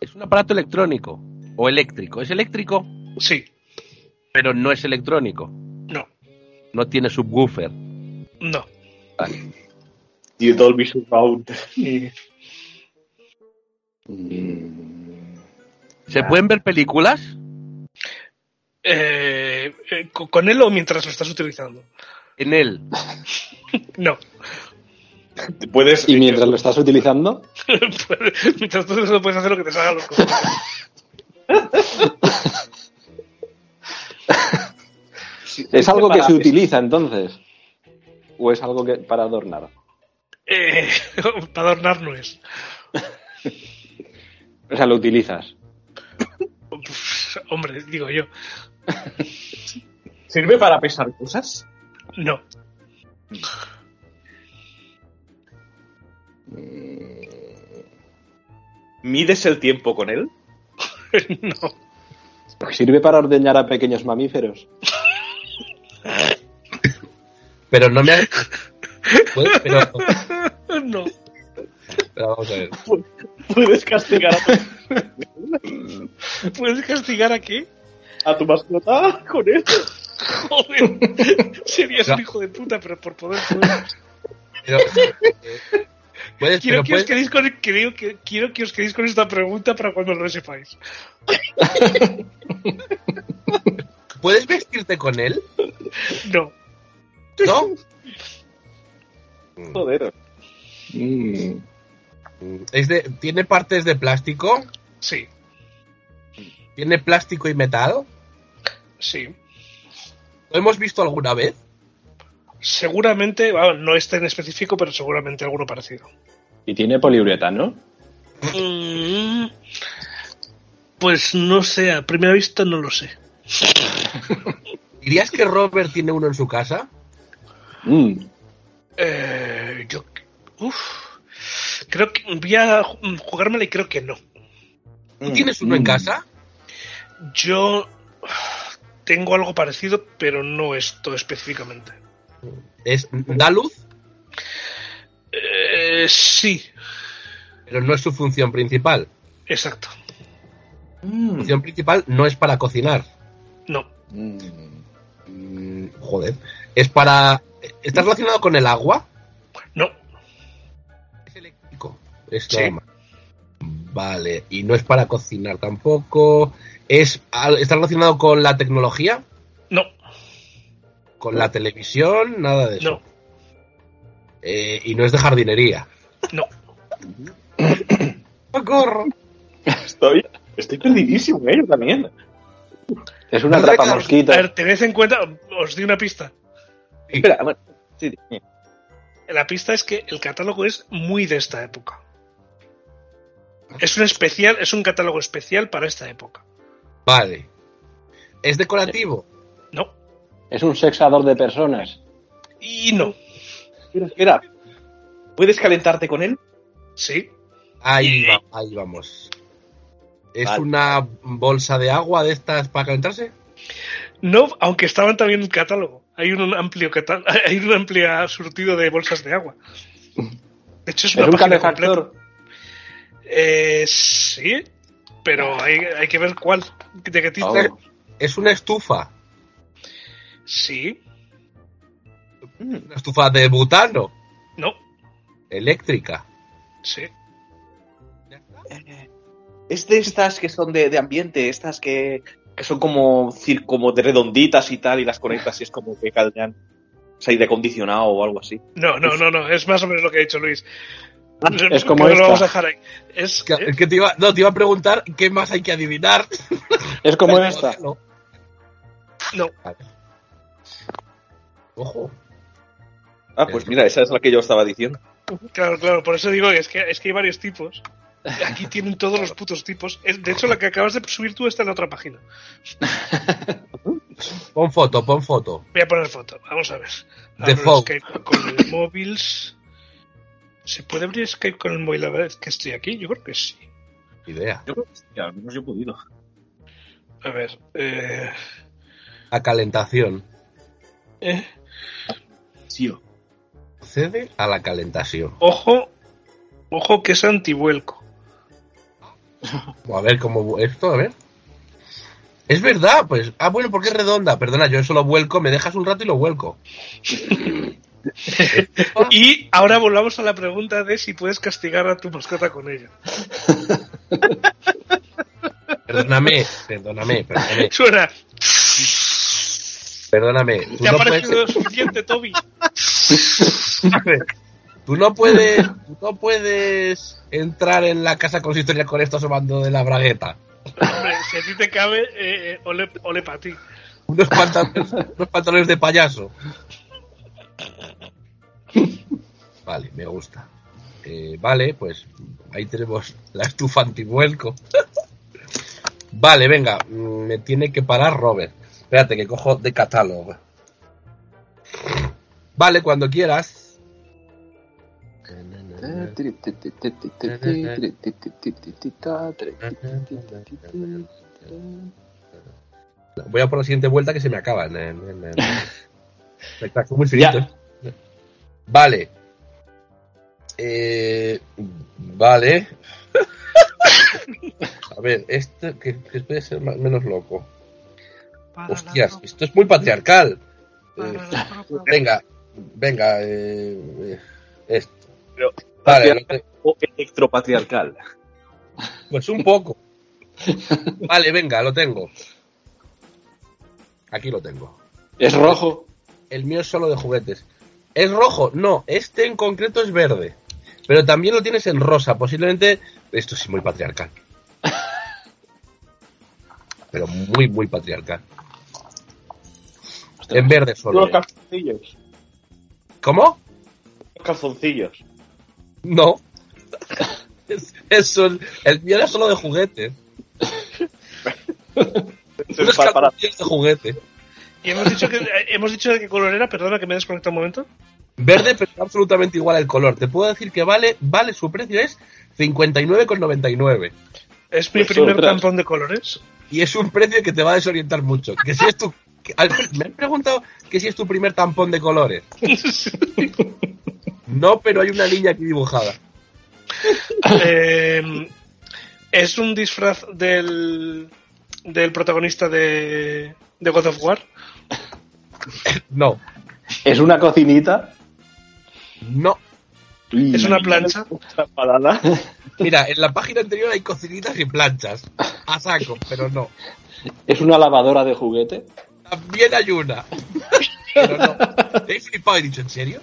Speaker 1: ¿Es un aparato electrónico o eléctrico? ¿Es eléctrico?
Speaker 2: Sí.
Speaker 1: Pero no es electrónico.
Speaker 2: No.
Speaker 1: No tiene subwoofer.
Speaker 2: No.
Speaker 3: Y Dolby Surround.
Speaker 1: ¿Se
Speaker 2: Ah.
Speaker 1: pueden ver películas?
Speaker 2: Eh, eh, co- ¿Con él o mientras lo estás utilizando?
Speaker 1: En él.
Speaker 2: No.
Speaker 3: Puedes.
Speaker 4: Y mientras lo estás utilizando,
Speaker 2: Puedes- mientras tú solo puedes hacer lo que te salga a los cojones.
Speaker 4: es algo que
Speaker 5: para-
Speaker 4: se utiliza entonces. O es algo que para adornar.
Speaker 2: Eh, para adornar no es.
Speaker 4: O sea, lo utilizas.
Speaker 2: Uf, hombre, digo yo.
Speaker 5: ¿Sirve para pesar cosas?
Speaker 2: No.
Speaker 5: ¿Mides el tiempo con él?
Speaker 2: No.
Speaker 4: Sirve para ordeñar a pequeños mamíferos.
Speaker 1: Pero no me ha... Pues, pero,
Speaker 2: No.
Speaker 1: pero vamos a ver.
Speaker 3: Puedes castigar a tu,
Speaker 2: ¿Puedes castigar a qué?
Speaker 3: a tu mascota con él.
Speaker 2: Joder. Serías un
Speaker 1: No.
Speaker 2: hijo de puta, pero por poder. poder.
Speaker 1: Pero, eh, puedes-
Speaker 2: Quiero,
Speaker 1: pero
Speaker 2: que os
Speaker 1: puedes-
Speaker 2: quedéis con, creo que, quiero que os quedéis con esta pregunta para cuando lo sepáis.
Speaker 1: ¿puedes vestirte con él?
Speaker 2: No.
Speaker 1: ¿No?
Speaker 5: Joder. Mm.
Speaker 1: Es de, ¿Tiene partes de plástico?
Speaker 2: Sí.
Speaker 1: ¿Tiene plástico y metal?
Speaker 2: Sí.
Speaker 1: ¿Lo hemos visto alguna vez?
Speaker 2: Seguramente, bueno, no este en específico, pero seguramente alguno parecido.
Speaker 4: Y tiene poliuretano.
Speaker 2: Mm, Pues no sé, a primera vista no lo sé.
Speaker 1: ¿Dirías que Robert tiene uno en su casa?
Speaker 4: Mm.
Speaker 2: Eh, yo. Uf. Creo que voy a ju- jugármela y creo que no.
Speaker 1: ¿Tú tienes uno en
Speaker 4: Mm.
Speaker 1: casa?
Speaker 2: Yo uf, tengo algo parecido, pero no esto específicamente.
Speaker 1: Es, da luz,
Speaker 2: Eh, sí,
Speaker 1: pero no es su función principal.
Speaker 2: exacto.
Speaker 5: Mm.
Speaker 1: Su función principal no es para cocinar.
Speaker 2: No,
Speaker 1: Mm, joder. Es para... ¿Está relacionado con el agua?
Speaker 2: no,
Speaker 1: Es eléctrico. Es
Speaker 2: Sí.
Speaker 1: nada más. Vale. Y no es para cocinar tampoco. Es, al- ¿Está relacionado con la tecnología?
Speaker 2: no,
Speaker 1: ¿Con la televisión? Nada de eso.
Speaker 2: no,
Speaker 1: Eh, y no es de jardinería.
Speaker 2: no.
Speaker 1: ¡Socorro!
Speaker 3: Estoy, estoy perdidísimo, ¿eh? Yo también.
Speaker 4: Es una
Speaker 1: No
Speaker 4: trapa
Speaker 1: sé,
Speaker 4: mosquito.
Speaker 2: A ver, tened en cuenta, os di una pista.
Speaker 5: Espera, bueno. Sí, sí.
Speaker 2: La pista es que el catálogo es muy de esta época. Es un especial, es un catálogo especial para esta época.
Speaker 1: Vale. ¿Es decorativo?
Speaker 2: No,
Speaker 4: Es un sexador de personas.
Speaker 2: y no,
Speaker 5: Espera, espera. ¿Puedes calentarte con él?
Speaker 2: sí,
Speaker 1: Ahí, va- ahí vamos. ¿Es
Speaker 5: Vale.
Speaker 1: una bolsa de agua de estas para calentarse?
Speaker 2: no, aunque estaban también en el catálogo. Hay un amplio cata- hay un amplio surtido de bolsas de agua. De hecho, es
Speaker 4: Es
Speaker 2: una
Speaker 4: un
Speaker 2: página completa.
Speaker 4: calefactor.
Speaker 2: Eh, sí, pero hay, hay que ver cuál. ¿De qué tipo?
Speaker 4: Oh.
Speaker 1: Eh, ¿Es una estufa?
Speaker 2: Sí,
Speaker 1: ¿Una estufa de butano?
Speaker 2: no,
Speaker 1: ¿Eléctrica?
Speaker 2: sí.
Speaker 5: Es de estas que son de, de ambiente, estas que, que son como, cir- como de redonditas y tal, y las conectas y es como que caldean o sea, aire acondicionado o algo así.
Speaker 2: No, no, no, no. Es más o menos lo que ha dicho Luis.
Speaker 4: Ah, es como
Speaker 2: Creo que lo
Speaker 4: esta.
Speaker 2: vamos a dejar ahí. Es, eh,
Speaker 1: Es que te iba, no, te iba a preguntar qué más hay que adivinar.
Speaker 4: Es como esta.
Speaker 1: No.
Speaker 2: No.
Speaker 1: Vale. Ojo.
Speaker 5: Ah, pues mira, esa es la que yo estaba diciendo.
Speaker 2: Claro, claro, por eso digo que es que, es que hay varios tipos. Aquí tienen todos los putos tipos. Es- De hecho, la que acabas de subir tú está en la otra página.
Speaker 1: Pon foto, pon foto.
Speaker 2: Voy a poner foto, vamos a ver.
Speaker 1: De
Speaker 2: Abro
Speaker 1: Fog.
Speaker 2: Skype con el móvil. ¿Se puede abrir Skype con el móvil a la vez que estoy aquí? Yo creo que sí.
Speaker 1: Idea.
Speaker 5: Yo creo que sí, al menos yo he podido.
Speaker 2: A ver. Eh,
Speaker 1: A calentación.
Speaker 2: eh,
Speaker 5: Sí,
Speaker 1: Cede a la calentación.
Speaker 2: Ojo. Ojo que es antivuelco.
Speaker 1: A ver cómo esto, a ver. Es verdad, pues. Ah, bueno, porque es redonda. Perdona, yo eso lo vuelco, me dejas un rato y lo vuelco.
Speaker 2: Y ahora volvamos a la pregunta de si puedes castigar a tu mascota con ella.
Speaker 1: Perdóname, perdóname, perdóname,
Speaker 2: Suena.
Speaker 1: perdóname. Tú
Speaker 2: ¿Te ha
Speaker 1: Pues no
Speaker 2: parecido
Speaker 1: puedes,
Speaker 2: suficiente, Toby?
Speaker 1: tú no puedes, tú no puedes entrar en la casa consistoria con esto asomando de la bragueta.
Speaker 2: Hombre, si a ti te cabe, eh, eh, ole, ole para ti.
Speaker 1: Unos pantalones, unos pantalones de payaso. Vale, me gusta. Eh, vale, pues ahí tenemos la estufa antivuelco. Vale, venga, mm, me tiene que parar Robert. Espérate que cojo de catálogo. Vale, cuando quieras. Voy a por la siguiente vuelta que se me acaba. Ne, ne, ne, ne. Espectáculo muy finito. Vale. Eh, vale. A ver, este que, que puede ser más- menos loco. Hostias, esto es muy patriarcal. Eh, venga, venga, eh, eh, esto.
Speaker 5: Pero,
Speaker 1: Vale, lo te-
Speaker 5: O electropatriarcal.
Speaker 1: pues un poco. Vale, venga, lo tengo. Aquí lo tengo.
Speaker 4: Es rojo.
Speaker 1: El mío es solo de juguetes. ¿Es rojo? No, este en concreto es verde. Pero también lo tienes en rosa. Posiblemente. Esto es muy patriarcal. Pero muy, muy patriarcal. En verde solo. ¿eh?
Speaker 3: Los calzoncillos.
Speaker 1: ¿Cómo?
Speaker 3: Los calzoncillos.
Speaker 1: No. Es- Eso, el- el mío era solo de juguete.
Speaker 3: Entonces,
Speaker 1: Unos
Speaker 3: para- para-
Speaker 1: calzoncillos de juguete.
Speaker 2: Y hemos dicho, que, eh, hemos dicho de qué color era, perdona que me desconecta un momento.
Speaker 1: Verde, pero absolutamente igual el color. Te puedo decir que vale, vale, su precio es 59,99.
Speaker 2: Es mi
Speaker 4: Pues,
Speaker 2: primer
Speaker 4: ostras.
Speaker 2: tampón de colores.
Speaker 1: y es un precio que te va a desorientar mucho. Que si es tu, que- al- me han preguntado que si es tu primer tampón de colores. No, pero hay una línea aquí dibujada.
Speaker 2: Eh, es un disfraz del, del protagonista de, de God of War.
Speaker 1: No,
Speaker 4: Es una cocinita.
Speaker 1: no.
Speaker 2: Es una plancha.
Speaker 3: Enfadada.
Speaker 1: Mira, en la página anterior hay cocinitas y planchas. A saco, pero no.
Speaker 4: Es una lavadora de juguete.
Speaker 1: También hay una. Pero no. Te he flipado y he dicho, ¿en serio?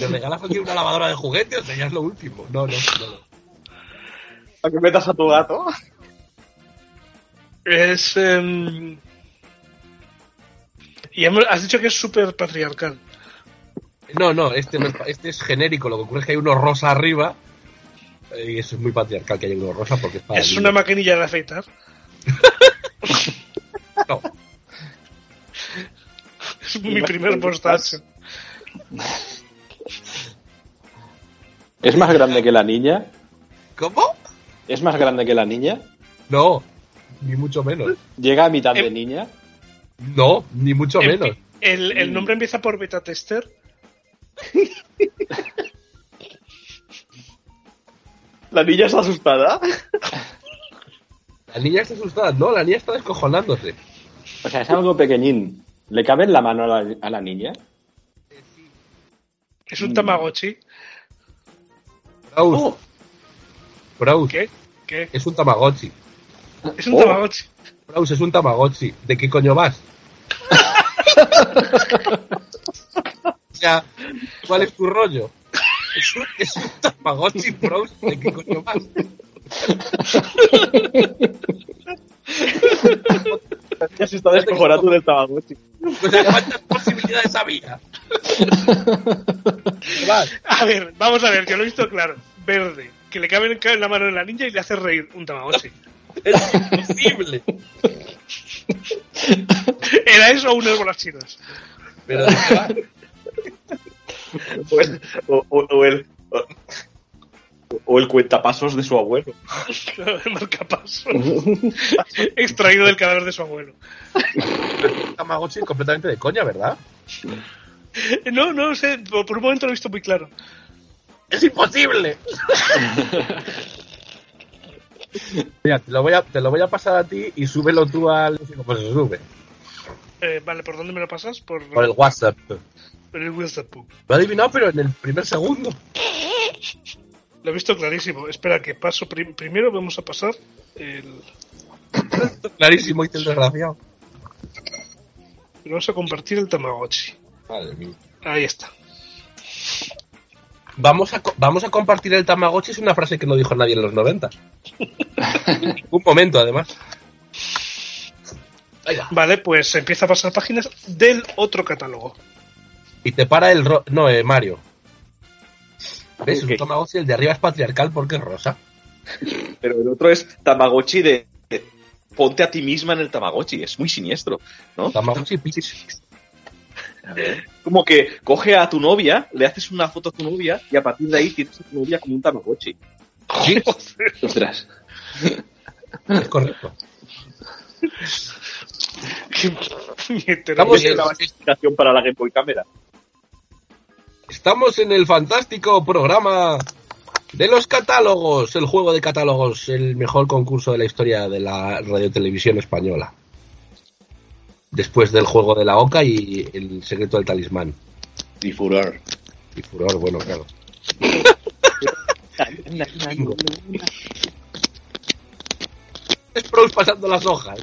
Speaker 1: ¿Le regalas aquí una lavadora de juguete o sea, ya es lo último? No, no, no. no.
Speaker 3: Para que metas a tu gato.
Speaker 2: Es. em, y hemos- has dicho que es súper patriarcal.
Speaker 1: No, no, este, no es, pa- este es genérico. Lo que ocurre es que hay uno rosa arriba. eh, Y eso es muy patriarcal que haya uno rosa porque es para.
Speaker 2: es
Speaker 1: niños.
Speaker 2: una maquinilla de afeitar.
Speaker 1: No.
Speaker 2: Es mi primer postaje.
Speaker 4: Es más grande que la niña.
Speaker 1: ¿Cómo?
Speaker 4: Es más grande que la niña.
Speaker 1: No, ni mucho menos.
Speaker 4: Llega a mitad
Speaker 5: Eh.
Speaker 4: de
Speaker 2: Em-
Speaker 4: niña.
Speaker 1: No, ni mucho
Speaker 2: En
Speaker 1: menos. Mm.
Speaker 2: fin, Em, El, el nombre empieza por beta tester.
Speaker 3: La niña está asustada.
Speaker 1: La niña está asustada. No, la niña está descojonándose.
Speaker 4: O sea, es algo pequeñín. ¿Le cabe en la mano a la, a la niña?
Speaker 2: Es un Tamagotchi.
Speaker 1: Braus.
Speaker 4: Oh.
Speaker 1: Braus.
Speaker 2: ¿Qué? ¿Qué?
Speaker 1: Es un Tamagotchi.
Speaker 2: Es un
Speaker 1: Oh.
Speaker 2: Tamagotchi.
Speaker 1: Braus es un Tamagotchi. ¿De qué coño vas? o sea, ¿cuál es tu rollo? Es un, es un Tamagotchi, Braus, ¿de qué coño vas?
Speaker 3: Ya se está descojonando del Tamagotchi.
Speaker 1: O sea, ¿cuántas posibilidades había? ¿Qué vas?
Speaker 2: A ver, vamos a ver, yo lo he visto claro. Verde, que le cabe en la mano en la ninja y le hace reír un Tamagotchi.
Speaker 1: Es imposible.
Speaker 2: Era eso o unas bolas chinas.
Speaker 1: Pero ¿de qué vas?
Speaker 3: O el, o, o- o el, o, o el cuentapasos de su abuelo.
Speaker 2: El marcapaso. Extraído del cadáver de su abuelo.
Speaker 1: Tamagotchi es completamente de coña, ¿verdad?
Speaker 2: No, no sé, por por un momento lo he visto muy claro.
Speaker 1: ¡Es imposible! Mira, te lo, voy a, te lo voy a pasar a ti y súbelo tú al... Pues se sube,
Speaker 2: Eh, vale, ¿por dónde me lo pasas? Por,
Speaker 1: por el WhatsApp.
Speaker 2: por el WhatsApp.
Speaker 1: Lo he adivinado, pero en el primer segundo.
Speaker 2: Lo he visto clarísimo. Espera, que paso. prim- primero vamos a pasar el.
Speaker 1: Clarísimo, hice el desgraciado.
Speaker 2: Vamos a compartir el Tamagotchi.
Speaker 1: Madre mía.
Speaker 2: Ahí está.
Speaker 1: Vamos a, co- vamos a compartir el Tamagotchi, es una frase que no dijo nadie en los 90. Un momento, además. Venga.
Speaker 2: Vale, pues empieza a pasar páginas del otro catálogo.
Speaker 1: Y te para el... ro- no, eh, Mario. ¿Ves?
Speaker 3: Ok.
Speaker 1: Un Tamagotchi, el de arriba es patriarcal porque es rosa.
Speaker 5: Pero el otro es Tamagotchi de, de ponte a ti misma en el Tamagotchi. Es muy siniestro, ¿no?
Speaker 1: Tamagotchi Pichis.
Speaker 5: Como que coge a tu novia, le haces una foto a tu novia y a partir de ahí tienes a tu novia como un Tamagotchi.
Speaker 1: Sí,
Speaker 4: Ostras.
Speaker 1: es correcto.
Speaker 2: Qué puñetero.
Speaker 1: Estamos
Speaker 5: Esa es
Speaker 1: en,
Speaker 5: la basificación para la Game Boy Camera.
Speaker 1: estamos en el fantástico programa de los catálogos, el juego de catálogos, el mejor concurso de la historia de la radiotelevisión española. Después del juego de la Oca y el secreto del talismán.
Speaker 5: Y furor.
Speaker 1: Y furor, bueno, claro. Bingo. Es Prous pasando las hojas.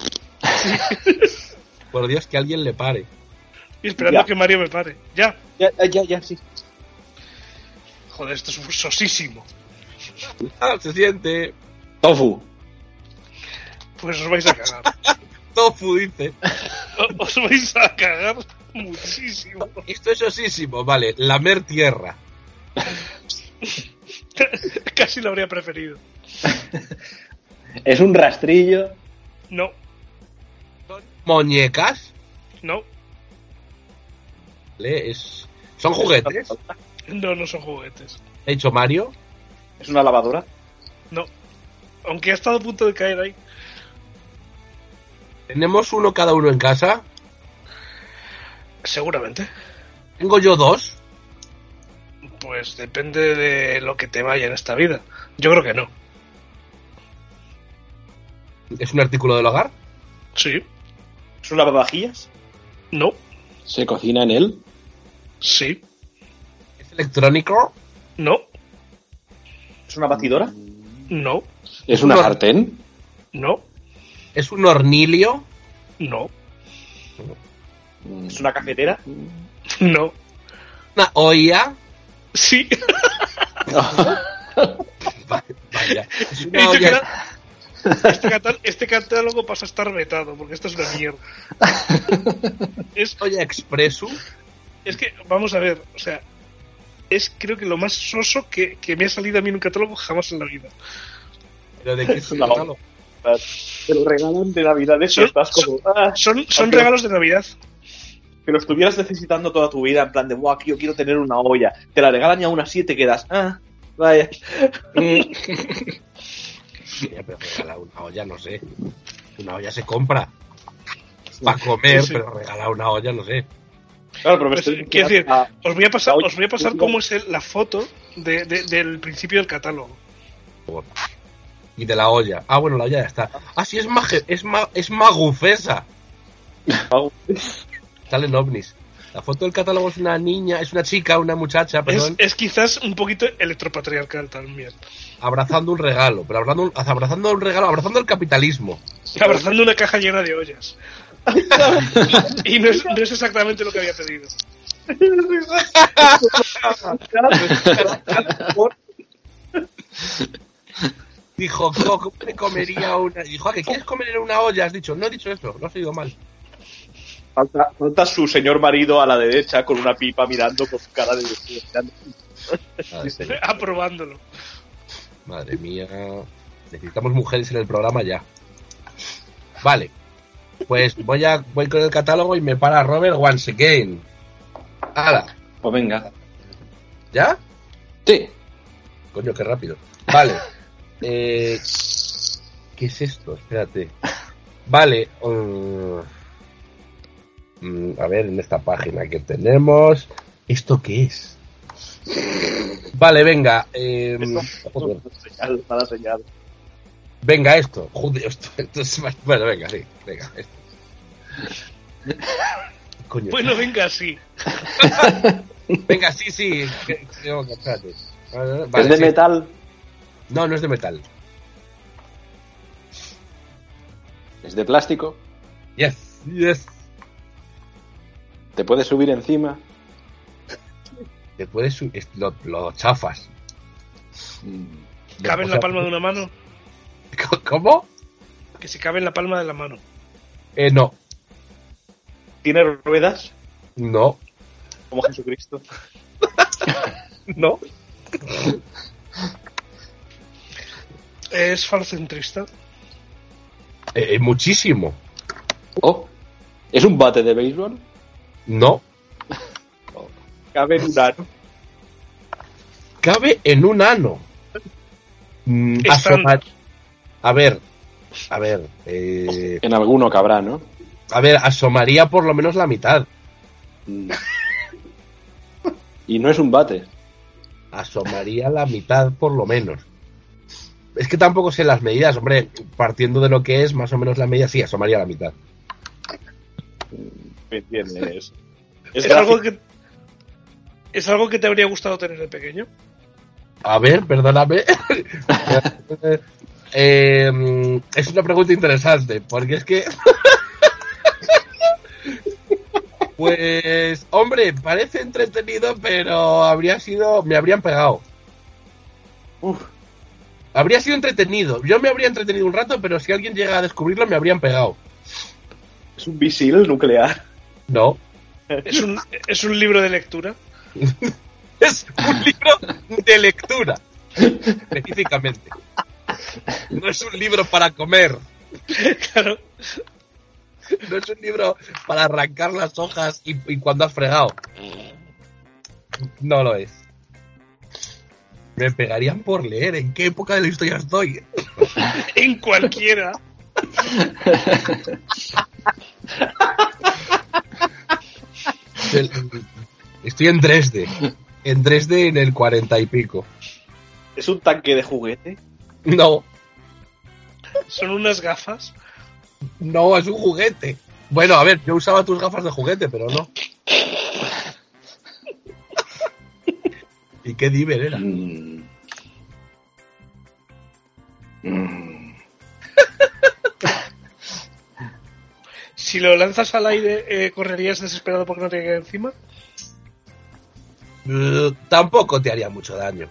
Speaker 1: Por Dios, que alguien le pare.
Speaker 2: Y esperando
Speaker 5: Ya.
Speaker 2: que Mario me pare. Ya.
Speaker 5: Ya, ya, ya, ya, sí.
Speaker 2: Joder, esto es sosísimo.
Speaker 1: Ah, se siente.
Speaker 5: Tofu.
Speaker 2: Pues os vais a cagar.
Speaker 1: Tofu dice.
Speaker 2: O- Os vais a cagar muchísimo.
Speaker 1: Esto es osísimo. Vale, lamer tierra.
Speaker 2: Casi lo habría preferido.
Speaker 4: Es un rastrillo.
Speaker 2: No,
Speaker 1: Muñecas.
Speaker 2: no,
Speaker 1: Vale, es- Son juguetes.
Speaker 2: no, no son juguetes.
Speaker 1: He dicho Mario.
Speaker 5: ¿Es una lavadora?
Speaker 2: No. Aunque ha estado a punto de caer ahí.
Speaker 1: Tenemos uno cada uno en casa.
Speaker 2: Seguramente.
Speaker 1: Tengo yo dos.
Speaker 2: Pues depende de lo que te vaya en esta vida. Yo creo que no.
Speaker 1: Es un artículo del hogar.
Speaker 2: Sí,
Speaker 5: ¿Es una lavavajillas?
Speaker 2: no,
Speaker 4: ¿Se cocina en él?
Speaker 2: sí,
Speaker 1: Es electrónico.
Speaker 2: no,
Speaker 5: ¿Es una batidora?
Speaker 2: no,
Speaker 4: ¿Es una
Speaker 1: No.
Speaker 4: sartén?
Speaker 2: no,
Speaker 1: Es un hornilio.
Speaker 2: no,
Speaker 5: ¿Es una cafetera?
Speaker 2: no.
Speaker 1: Una olla.
Speaker 2: Sí,
Speaker 1: Va- Vaya. Es
Speaker 2: He
Speaker 1: una
Speaker 2: dicho que
Speaker 1: olla.
Speaker 2: era- este, catal- este catálogo pasa a estar vetado porque esto es una mierda. es,
Speaker 1: olla expreso.
Speaker 2: es que, vamos a ver, o sea, es creo que lo más soso que, que me ha salido a mí en un catálogo jamás en la vida.
Speaker 1: Pero de qué es el
Speaker 3: Una olla.
Speaker 1: catálogo?
Speaker 3: Te lo regalan de Navidad eso,
Speaker 2: Sí,
Speaker 3: estás como... "Ah",
Speaker 2: Son, son
Speaker 3: Ok.
Speaker 2: regalos de Navidad.
Speaker 5: Que lo estuvieras necesitando toda tu vida, en plan de, guau, yo quiero tener una olla. Te la regalan y aún así te quedas, ah, vaya.
Speaker 1: Ya, pero regala una olla, no sé. Una olla se compra. Para comer,
Speaker 2: Sí, sí.
Speaker 1: pero regalar una olla, no sé.
Speaker 5: Claro, pero me
Speaker 2: Pues,
Speaker 5: estoy...
Speaker 2: quiero decir-
Speaker 5: Ah,
Speaker 2: Os voy a pasar,
Speaker 5: La olla-
Speaker 2: os voy a pasar cómo es el- la foto de- de- del principio del catálogo.
Speaker 1: Y de la olla. Ah, bueno, la olla ya está. Ah, sí, es, maje- es, ma- es magufesa.
Speaker 5: Magu-
Speaker 1: Salen ovnis. La foto del catálogo es una niña, es una chica, una muchacha,
Speaker 2: Es,
Speaker 1: perdón,
Speaker 2: es quizás un poquito electropatriarcal también.
Speaker 1: abrazando un regalo, pero abrazando, un- abrazando un regalo, abrazando el capitalismo.
Speaker 2: Abrazando una caja llena de ollas. y no es, no es exactamente lo que había pedido.
Speaker 1: Dijo, "Co- ¿cómo me comería una? Dijo, "Ah, ¿que quieres comer en una olla? Has dicho, no he dicho eso, lo has oído mal.
Speaker 3: Falta, falta su señor marido a la derecha con una pipa mirando con cara de... mirando.
Speaker 1: Madre, señor.
Speaker 2: Aprobándolo.
Speaker 1: Madre mía, necesitamos mujeres en el programa ya. Vale, pues voy a voy con el catálogo y me para Robert once again. ¡Hala!
Speaker 4: Pues venga.
Speaker 1: ¿Ya?
Speaker 4: Sí.
Speaker 1: Coño, qué rápido. Vale. Eh, ¿Qué es esto? Espérate. Vale. mm, mm, a ver, en esta página que tenemos. ¿Esto qué es? Vale, venga. eh, joder.
Speaker 3: Señal, mala señal.
Speaker 1: Venga, esto. Joder, esto, esto es más- Bueno, venga, sí. Venga, esto. Coño.
Speaker 2: Bueno, venga, sí.
Speaker 1: Venga, sí, sí. que- que- no, espérate. Ah,
Speaker 4: es
Speaker 1: vale,
Speaker 4: de
Speaker 1: sí.
Speaker 4: metal.
Speaker 1: No, no es de metal.
Speaker 4: Es de plástico.
Speaker 1: Yes, yes.
Speaker 4: Te puedes subir encima.
Speaker 1: Te puedes su- es- lo, lo chafas.
Speaker 4: Mm,
Speaker 2: Cabe
Speaker 1: O
Speaker 2: en la
Speaker 1: sea,
Speaker 2: palma de una mano.
Speaker 1: ¿Cómo?
Speaker 2: Que si cabe en la palma de la mano.
Speaker 1: Eh, no,
Speaker 3: ¿Tiene ruedas?
Speaker 1: no,
Speaker 3: Como Jesucristo.
Speaker 1: no.
Speaker 2: Es falocentrista.
Speaker 1: Eh, eh, muchísimo.
Speaker 4: Oh. ¿Es un bate de béisbol?
Speaker 1: No.
Speaker 3: Cabe en un ano.
Speaker 1: Cabe en un ano. Mm,
Speaker 2: Están-
Speaker 1: asoma- A ver, a ver, eh,
Speaker 4: En alguno cabrá, ¿no?
Speaker 1: a ver, asomaría por lo menos la mitad.
Speaker 4: Mm. y no es un bate.
Speaker 1: Asomaría la mitad por lo menos. Es que tampoco sé las medidas, hombre. Partiendo de lo que es, más o menos la medida, sí, asomaría la mitad.
Speaker 3: ¿Me entiendes?
Speaker 2: Es,
Speaker 3: Es
Speaker 2: algo
Speaker 3: algo
Speaker 2: que. Es algo que te habría gustado tener de pequeño.
Speaker 1: A ver, perdóname. Eh, mm, es una pregunta interesante, porque es que... pues, hombre, parece entretenido, pero habría sido... Me habrían pegado.
Speaker 4: Uf.
Speaker 1: Habría sido entretenido. Yo me habría entretenido un rato, pero si alguien llega a descubrirlo, me habrían pegado.
Speaker 3: es un misil nuclear.
Speaker 1: No.
Speaker 2: Es un, es un libro de lectura.
Speaker 1: Es un libro de lectura, específicamente. No es un libro para comer.
Speaker 2: Claro.
Speaker 1: No es un libro para arrancar las hojas y, y cuando has fregado. No lo es. Me pegarían por leer. ¿En qué época de la historia estoy?
Speaker 2: En cualquiera.
Speaker 1: Del- Estoy en Dresde. En Dresde en el cuarenta y pico.
Speaker 3: ¿Es un tanque de juguete?
Speaker 1: No,
Speaker 2: Son unas gafas.
Speaker 1: no, es un juguete. Bueno, a ver, yo usaba tus gafas de juguete, pero no. ¿Y qué diver era?
Speaker 4: Mm. Mm.
Speaker 2: Si lo lanzas al aire, eh, correrías desesperado porque no te cae encima.
Speaker 1: Eh, Tampoco te haría mucho daño.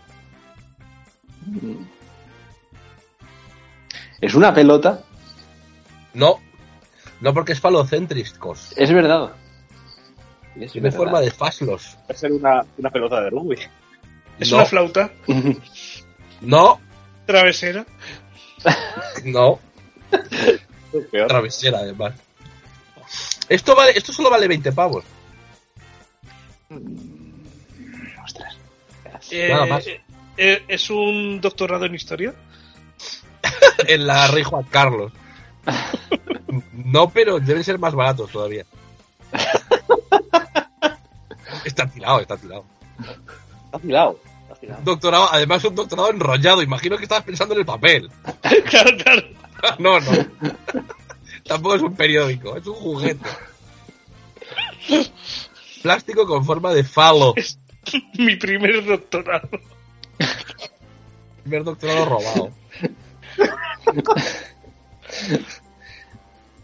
Speaker 4: ¿Es una pelota?
Speaker 1: No, no porque es falocentriscos.
Speaker 4: Es verdad. Es
Speaker 1: Tiene
Speaker 4: verdad.
Speaker 1: forma de faslos.
Speaker 3: Va a ser una, una pelota de rugby.
Speaker 2: Es
Speaker 1: No.
Speaker 2: una flauta
Speaker 1: No,
Speaker 2: travesera.
Speaker 1: no,
Speaker 3: Es peor.
Speaker 1: travesera además. Esto vale, esto solo vale 20 pavos.
Speaker 2: Eh,
Speaker 1: Nada más.
Speaker 2: eh, es un doctorado en historia.
Speaker 1: En la Rey Juan Carlos. No, pero deben ser más baratos todavía. Está tirado, está tirado.
Speaker 3: Has tirado. Has tirado.
Speaker 1: Doctorado, además un doctorado enrollado. Imagino que estabas pensando en el papel.
Speaker 2: claro, claro.
Speaker 1: No, no. Tampoco es un periódico, es un juguete. plástico con forma de falo.
Speaker 2: Mi primer doctorado.
Speaker 1: Primer doctorado robado.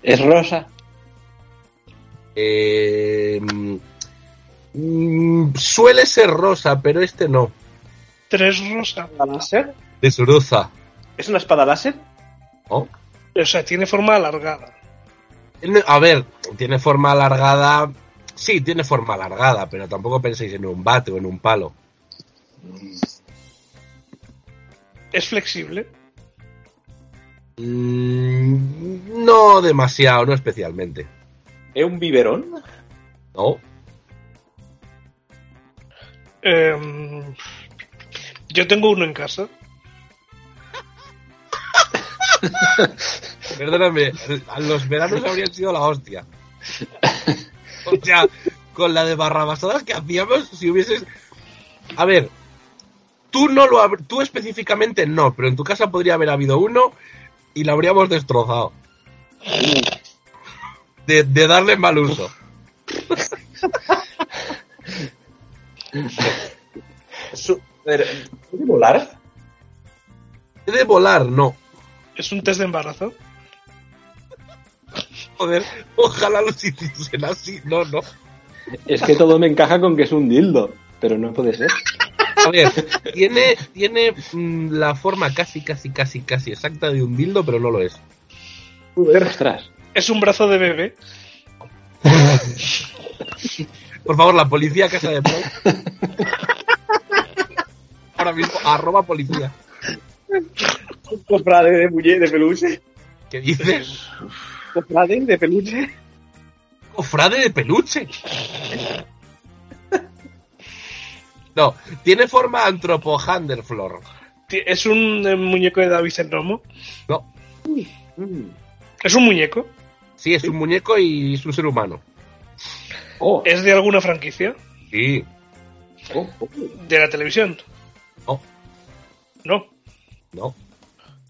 Speaker 4: Es rosa.
Speaker 1: Eh, mm, suele ser rosa, pero este no.
Speaker 2: Tres rosas.
Speaker 3: ¿Espada láser?
Speaker 1: De suruza.
Speaker 3: ¿Es una espada láser?
Speaker 1: ¿no?
Speaker 2: O sea, tiene forma alargada.
Speaker 1: No, A ver, tiene forma alargada. Sí, tiene forma alargada, pero tampoco penséis en un bate o en un palo.
Speaker 2: Es flexible.
Speaker 1: Mm, no demasiado, no especialmente.
Speaker 3: ¿Es un biberón?
Speaker 1: No.
Speaker 2: Em, yo tengo uno en casa.
Speaker 1: Perdóname, a los veranos habrían sido la hostia. O sea, con la de barrabasadas que hacíamos, si hubieses. A ver, tú no lo hab- tú específicamente no, pero en tu casa podría haber habido uno y lo habríamos destrozado. De, de darle mal uso.
Speaker 3: Su- pero, ¿Puede volar?
Speaker 1: De volar, no.
Speaker 2: Es un test de embarazo.
Speaker 1: Joder, ojalá los hiciesen así. No, no.
Speaker 4: Es que todo me encaja con que es un dildo, pero no puede ser.
Speaker 1: A ver, tiene, tiene mm, la forma casi, casi, casi, casi exacta de un dildo, pero no lo es.
Speaker 4: Ostras.
Speaker 2: Es un brazo de bebé.
Speaker 1: Por favor, la policía Casa de Play. Ahora mismo, arroba policía.
Speaker 3: ¿Cofrade de, muñe- de peluche?
Speaker 1: ¿Qué dices?
Speaker 3: ¿Cofrade de peluche?
Speaker 1: Cofrade Oh, de peluche. No, tiene forma antropohanderflor.
Speaker 2: Ti- Es un eh, muñeco de David el Nomo.
Speaker 1: No,
Speaker 2: Es un muñeco.
Speaker 1: sí, es un muñeco y es un ser humano.
Speaker 4: Oh,
Speaker 3: Eh,
Speaker 2: Es de alguna franquicia.
Speaker 1: Sí.
Speaker 4: oh, oh.
Speaker 2: De la televisión.
Speaker 1: No,
Speaker 2: No.
Speaker 1: no,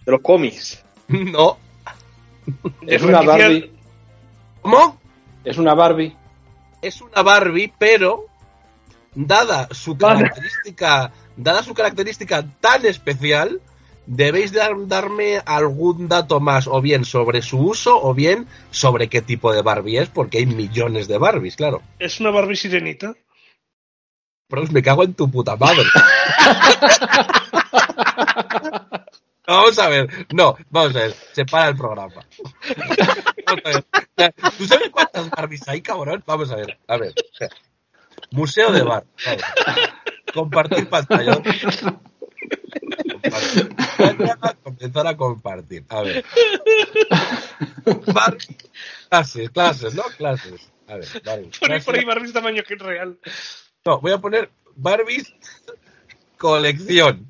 Speaker 3: De los cómics.
Speaker 1: no.
Speaker 2: De
Speaker 4: Es una
Speaker 2: franquicia-
Speaker 4: Barbie.
Speaker 1: ¿Cómo?
Speaker 4: Es una Barbie.
Speaker 1: es una Barbie, pero dada su característica, dada su característica tan especial, debéis dar- darme algún dato más, o bien sobre su uso, o bien sobre qué tipo de Barbie es, porque hay millones de Barbies, claro.
Speaker 2: Es una Barbie sirenita.
Speaker 1: Prox, me cago en tu puta madre. Vamos a ver, no, vamos a ver, se para el programa. Vamos a ver. O sea, ¿Tú sabes cuántas Barbies hay, cabrón? Vamos a ver, a ver. Museo de Bar. vamos. Compartir pantalla. Compartir pantalla, Comenzar a compartir. A ver. Barbie. Clases, clases, ¿no? Clases. A ver, Barbie.
Speaker 2: Pone por ahí
Speaker 1: clases.
Speaker 2: Barbies tamaño que es real.
Speaker 1: No, voy a poner Barbies colección.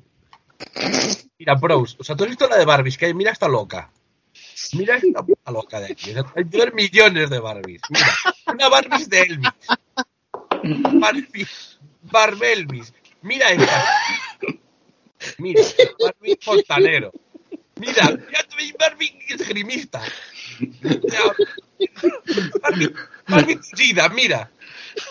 Speaker 1: Mira, pros. O sea, tú has visto la de Barbies que hay. Mira esta loca. Mira esta puta loca de aquí. O sea, Hay que ver millones de Barbies. Mira, una Barbies de Elvis. Barbie, Barbelvis. Mira esta. Mira, Barbie fontanero. Mira, mira tú ves Barbie esgrimista. O sea, Barbie, Barbie tullida, mira.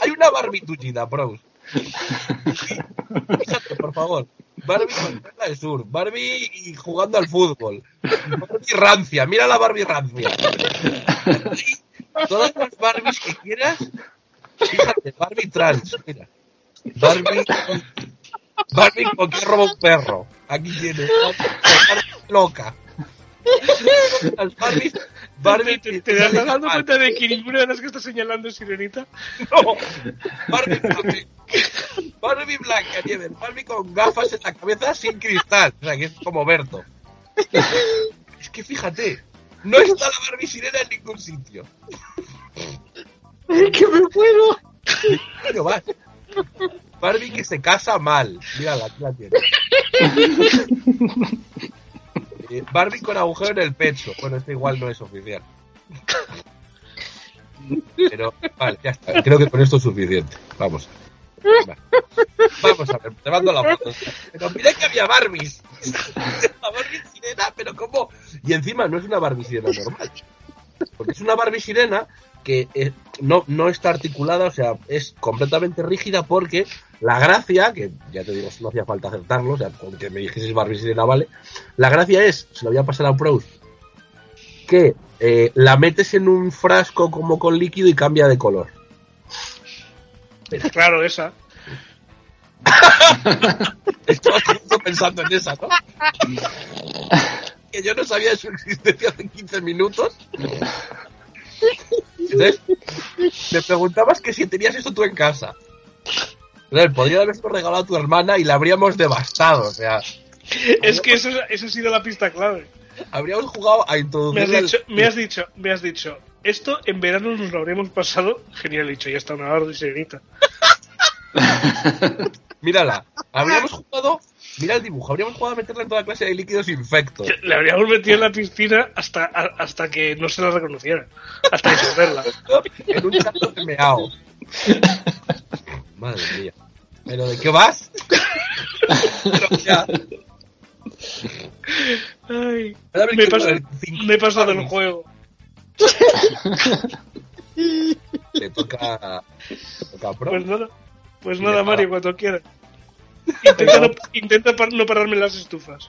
Speaker 1: Hay una Barbie tullida, bros. Fíjate, por favor. Barbie con tela de sur, Barbie y jugando al fútbol, Barbie rancia, mira la Barbie rancia. Todas las Barbies que quieras, fíjate, Barbie trans, mira. Barbie con, Barbie con que roba un perro. Aquí tiene Barbie loca. Las Barbies, Barbie
Speaker 2: Barbie, ¿te, te estás dando cuenta de que ninguna de las que estás señalando es sirenita?
Speaker 1: no. Barbie Blanca. Barbie Blanca Nieves. Barbie con gafas en la cabeza sin cristal. O sea, que es como Berto. Es que fíjate, no está la Barbie sirena en ningún sitio. ¡Es que me puedo! Barbie que se casa mal. Mírala, aquí la tiene. Eh, Barbie con agujero en el pecho. Bueno, este igual no es oficial. Pero, vale, ya está. Creo que con esto es suficiente. Vamos. Va. Vamos a ver, te mando la foto. Pero mira que había Barbies. La Barbie sirena, pero ¿cómo? Y encima no es una Barbie sirena normal. Porque es una Barbie sirena que eh, no, no está articulada, o sea, es completamente rígida porque la gracia, que ya te digo, no hacía falta acertarlo, o sea, con que me dijeses Barbie si la vale, la gracia es, se lo voy a pasar a Proust, que eh, la metes en un frasco como con líquido y cambia de color.
Speaker 2: Claro, esa.
Speaker 1: Estaba todo el mundo pensando en esa, ¿no? Que yo no sabía de su existencia hace 15 minutos. Entonces, me preguntabas que si tenías eso tú en casa. Entonces, podría haberlo regalado a tu hermana y la habríamos devastado. O sea,
Speaker 2: Es
Speaker 1: pues
Speaker 2: que eso, eso ha sido la pista clave.
Speaker 1: habríamos jugado a
Speaker 2: Me
Speaker 1: introducir.
Speaker 2: has, dicho,
Speaker 1: eh,
Speaker 2: me has dicho, me has dicho, esto en verano nos lo habremos pasado genial. He dicho, ya está una hora de sirenita.
Speaker 1: Mírala. Habríamos jugado. Mira el dibujo. Habríamos jugado a meterla en toda clase de líquidos infectos.
Speaker 2: La habríamos metido en la piscina hasta, a- hasta que no se la reconociera. Hasta disolverla.
Speaker 1: en un gato de meao. Madre mía. ¿Pero de qué vas? Pero ya,
Speaker 2: Ay,
Speaker 1: a ver
Speaker 2: me, he
Speaker 1: qué- Pues,
Speaker 2: pasado, me he pasado el juego.
Speaker 1: Te toca. Te toca pro.
Speaker 2: Pues nada, pues
Speaker 1: Y
Speaker 2: nada
Speaker 1: ya
Speaker 2: Mario, cuando quieras. Intenta, no, intenta par- no pararme en las estufas.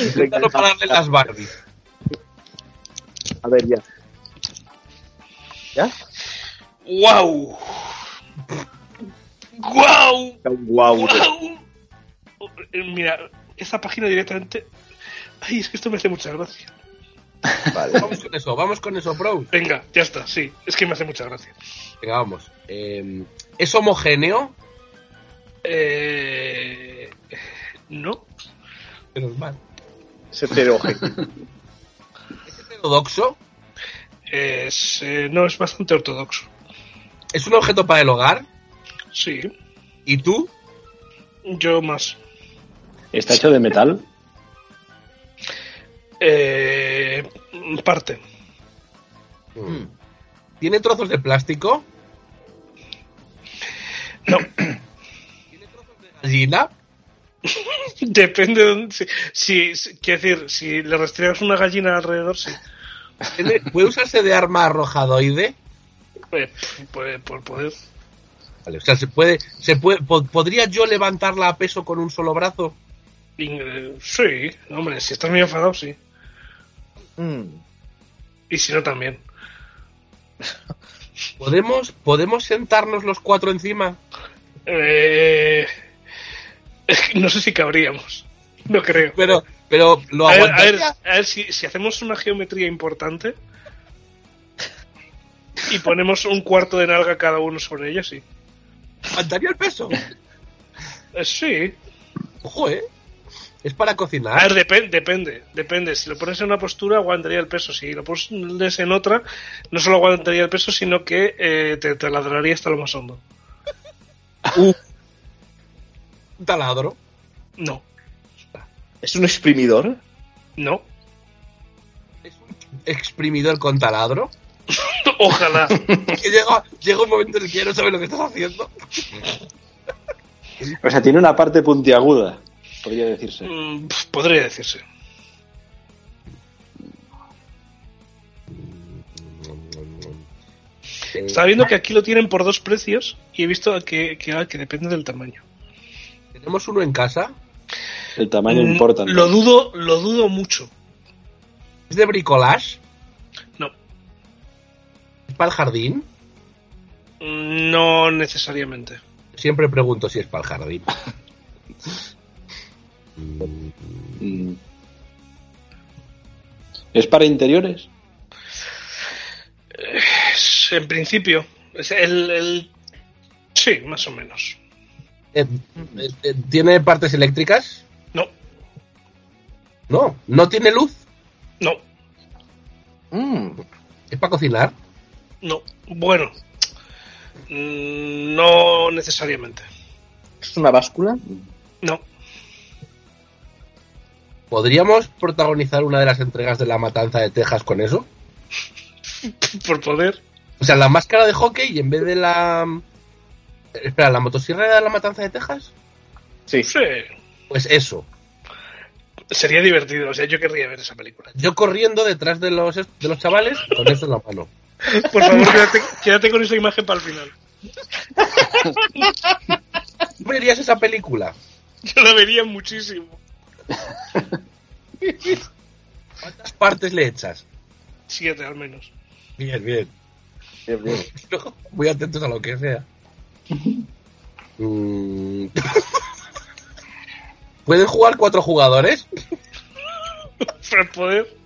Speaker 1: Intenta no pararle las Barbies.
Speaker 5: A ver, ya.
Speaker 2: ¡Guau! ¡Guau!
Speaker 5: Wow.
Speaker 2: ¡Guau! Eh, Mira, esta página directamente... Ay, es que esto me hace mucha gracia.
Speaker 5: Vale.
Speaker 1: Vamos con eso, vamos con eso, pro.
Speaker 2: Venga, ya está, sí. Es que me hace mucha gracia.
Speaker 1: Venga, vamos. Eh, ¿Es homogéneo?
Speaker 2: Eh... No.
Speaker 1: Menos mal.
Speaker 5: Es heterogéneo.
Speaker 1: ¿Es heterodoxo?
Speaker 2: Es, eh, no, es bastante ortodoxo.
Speaker 1: ¿Es un objeto para el hogar?
Speaker 2: Sí.
Speaker 1: ¿Y tú?
Speaker 2: Yo más.
Speaker 4: ¿Está hecho de metal?
Speaker 2: Eh... Parte. Mm.
Speaker 1: Mm. ¿Tiene trozos de plástico?
Speaker 2: No.
Speaker 1: ¿Tiene trozos de gallina?
Speaker 2: Depende de dónde- si, si, si- quiero decir, si le restregas una gallina alrededor, sí.
Speaker 1: ¿Tiene- ¿Puede usarse de arma arrojadoide?
Speaker 2: Eh, puede- por poder.
Speaker 1: Vale, o sea, se puede, se puede, po- ¿podría yo levantarla a peso con un solo brazo?
Speaker 2: Ingre- eh, Sí, hombre, si estás muy enfadado, sí. Y si no, también.
Speaker 1: ¿Podemos, podemos sentarnos los cuatro encima?
Speaker 2: Eh, no sé si cabríamos. No creo.
Speaker 1: Pero, pero lo
Speaker 2: A ver, a ver,
Speaker 1: aguantaría.
Speaker 2: a ver si, si hacemos una geometría importante y ponemos un cuarto de nalga cada uno sobre ella, sí.
Speaker 1: ¿Aguantaría el peso?
Speaker 2: Eh, sí,
Speaker 1: Ojo, ¿eh? Es para
Speaker 2: A
Speaker 1: cocinar.
Speaker 2: ver, depen- depende, depende. Si lo pones en una postura, aguantaría el peso. Si lo pones en otra, no solo aguantaría el peso, sino que eh, te taladraría hasta lo más hondo.
Speaker 1: Un taladro.
Speaker 2: No,
Speaker 5: ¿Es un exprimidor?
Speaker 2: no.
Speaker 1: Es un exprimidor con taladro.
Speaker 2: Ojalá.
Speaker 1: Que llega, llega un momento en el que ya no sabes lo que estás haciendo.
Speaker 4: O sea, tiene una parte puntiaguda, podría decirse.
Speaker 2: Mm, pf, Podría decirse. Mm,
Speaker 1: Eh,
Speaker 2: Estaba viendo que aquí lo tienen por dos precios y he visto que, que, ah, que depende del tamaño.
Speaker 1: ¿Tenemos uno en casa?
Speaker 4: El tamaño
Speaker 2: Mm,
Speaker 4: importa. ¿no?
Speaker 2: Lo dudo, lo dudo mucho.
Speaker 1: ¿Es de bricolage?
Speaker 2: No.
Speaker 1: ¿Es para el jardín?
Speaker 2: Mm, No necesariamente.
Speaker 1: Siempre pregunto si es para el jardín.
Speaker 4: Mm. ¿Es para interiores?
Speaker 2: Es- En principio, es el- el... Sí, más o menos.
Speaker 1: Eh, eh, eh, ¿Tiene partes eléctricas?
Speaker 2: No,
Speaker 1: No. ¿No tiene luz?
Speaker 2: no,
Speaker 1: ¿Es para cocinar?
Speaker 2: No, bueno, mm, no necesariamente.
Speaker 5: ¿Es una báscula?
Speaker 2: No,
Speaker 1: ¿Podríamos protagonizar una de las entregas de la matanza de Texas con eso?
Speaker 2: por poder.
Speaker 1: O sea, la máscara de hockey y en vez de la... eh, Espera, ¿la motosierra era de la matanza de Texas?
Speaker 5: Sí.
Speaker 2: Sí,
Speaker 1: Pues eso.
Speaker 2: Sería divertido, o sea, yo querría ver esa película.
Speaker 1: Yo corriendo detrás de los, de los chavales con esto en la mano.
Speaker 2: Por favor, quédate, quédate con esa imagen para el final.
Speaker 1: ¿Tú verías esa película?
Speaker 2: Yo la vería muchísimo.
Speaker 1: ¿Cuántas partes le echas?
Speaker 2: Siete al menos.
Speaker 1: Bien, bien.
Speaker 4: Bien, bien.
Speaker 1: Muy atentos a lo que sea. Mm. ¿Pueden jugar cuatro jugadores?
Speaker 2: Para poder.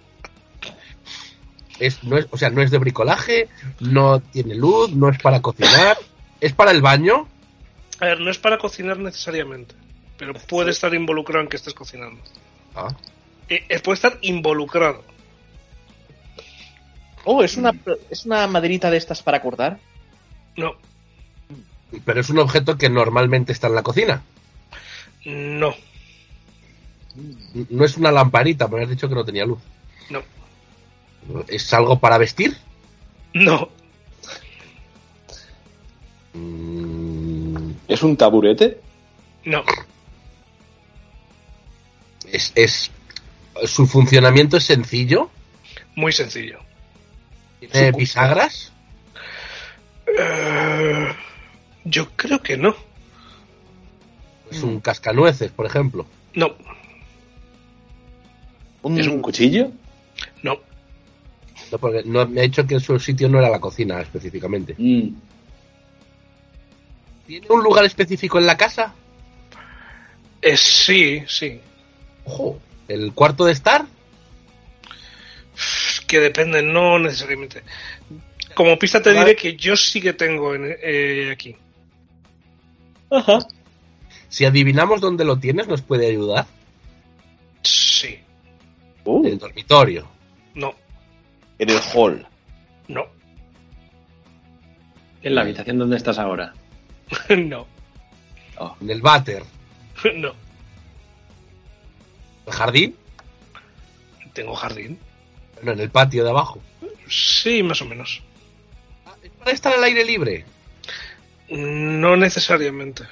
Speaker 1: Es, no es, o sea, no es de bricolaje, no tiene luz, no es para cocinar, es para el baño.
Speaker 2: A ver, no es para cocinar necesariamente, pero puede estar involucrado en que estés cocinando.
Speaker 1: Ah.
Speaker 2: Eh, eh, puede estar involucrado.
Speaker 6: Oh, es una,
Speaker 2: Mm.
Speaker 6: es una maderita de estas para cortar.
Speaker 2: No,
Speaker 1: Pero es un objeto que normalmente está en la cocina.
Speaker 2: no,
Speaker 1: No es una lamparita, me has dicho que no tenía luz.
Speaker 2: no,
Speaker 1: ¿Es algo para vestir?
Speaker 2: no.
Speaker 1: Mm,
Speaker 4: ¿Es un taburete?
Speaker 2: No,
Speaker 1: Es, es- ¿Su funcionamiento es sencillo?
Speaker 2: muy sencillo.
Speaker 1: ¿Tiene bisagras?
Speaker 2: Eh, yo creo que no.
Speaker 1: Es
Speaker 2: Mm.
Speaker 1: un cascanueces, por ejemplo.
Speaker 2: No,
Speaker 6: Mm.
Speaker 4: ¿Es un cuchillo?
Speaker 2: no,
Speaker 1: No, porque no, me ha dicho que su sitio no era la cocina específicamente.
Speaker 4: Mm.
Speaker 1: ¿Tiene un lugar específico en la casa?
Speaker 2: Eh, sí, sí.
Speaker 1: Ojo, ¿el cuarto de estar?
Speaker 2: Pff, Que depende, no necesariamente. Como pista te diré que yo sí que tengo en, eh, aquí.
Speaker 3: Ajá.
Speaker 1: Si adivinamos dónde lo tienes, nos puede ayudar.
Speaker 2: Sí,
Speaker 4: Uh,
Speaker 1: En el dormitorio.
Speaker 2: no,
Speaker 5: En el hall.
Speaker 2: no,
Speaker 4: ¿En la habitación donde estás ahora?
Speaker 2: no,
Speaker 1: En el váter.
Speaker 2: no.
Speaker 1: ¿El jardín?
Speaker 2: Tengo jardín.
Speaker 1: No, en el patio de abajo.
Speaker 2: Sí, más o menos.
Speaker 1: ¿Es para estar al aire libre?
Speaker 2: No necesariamente.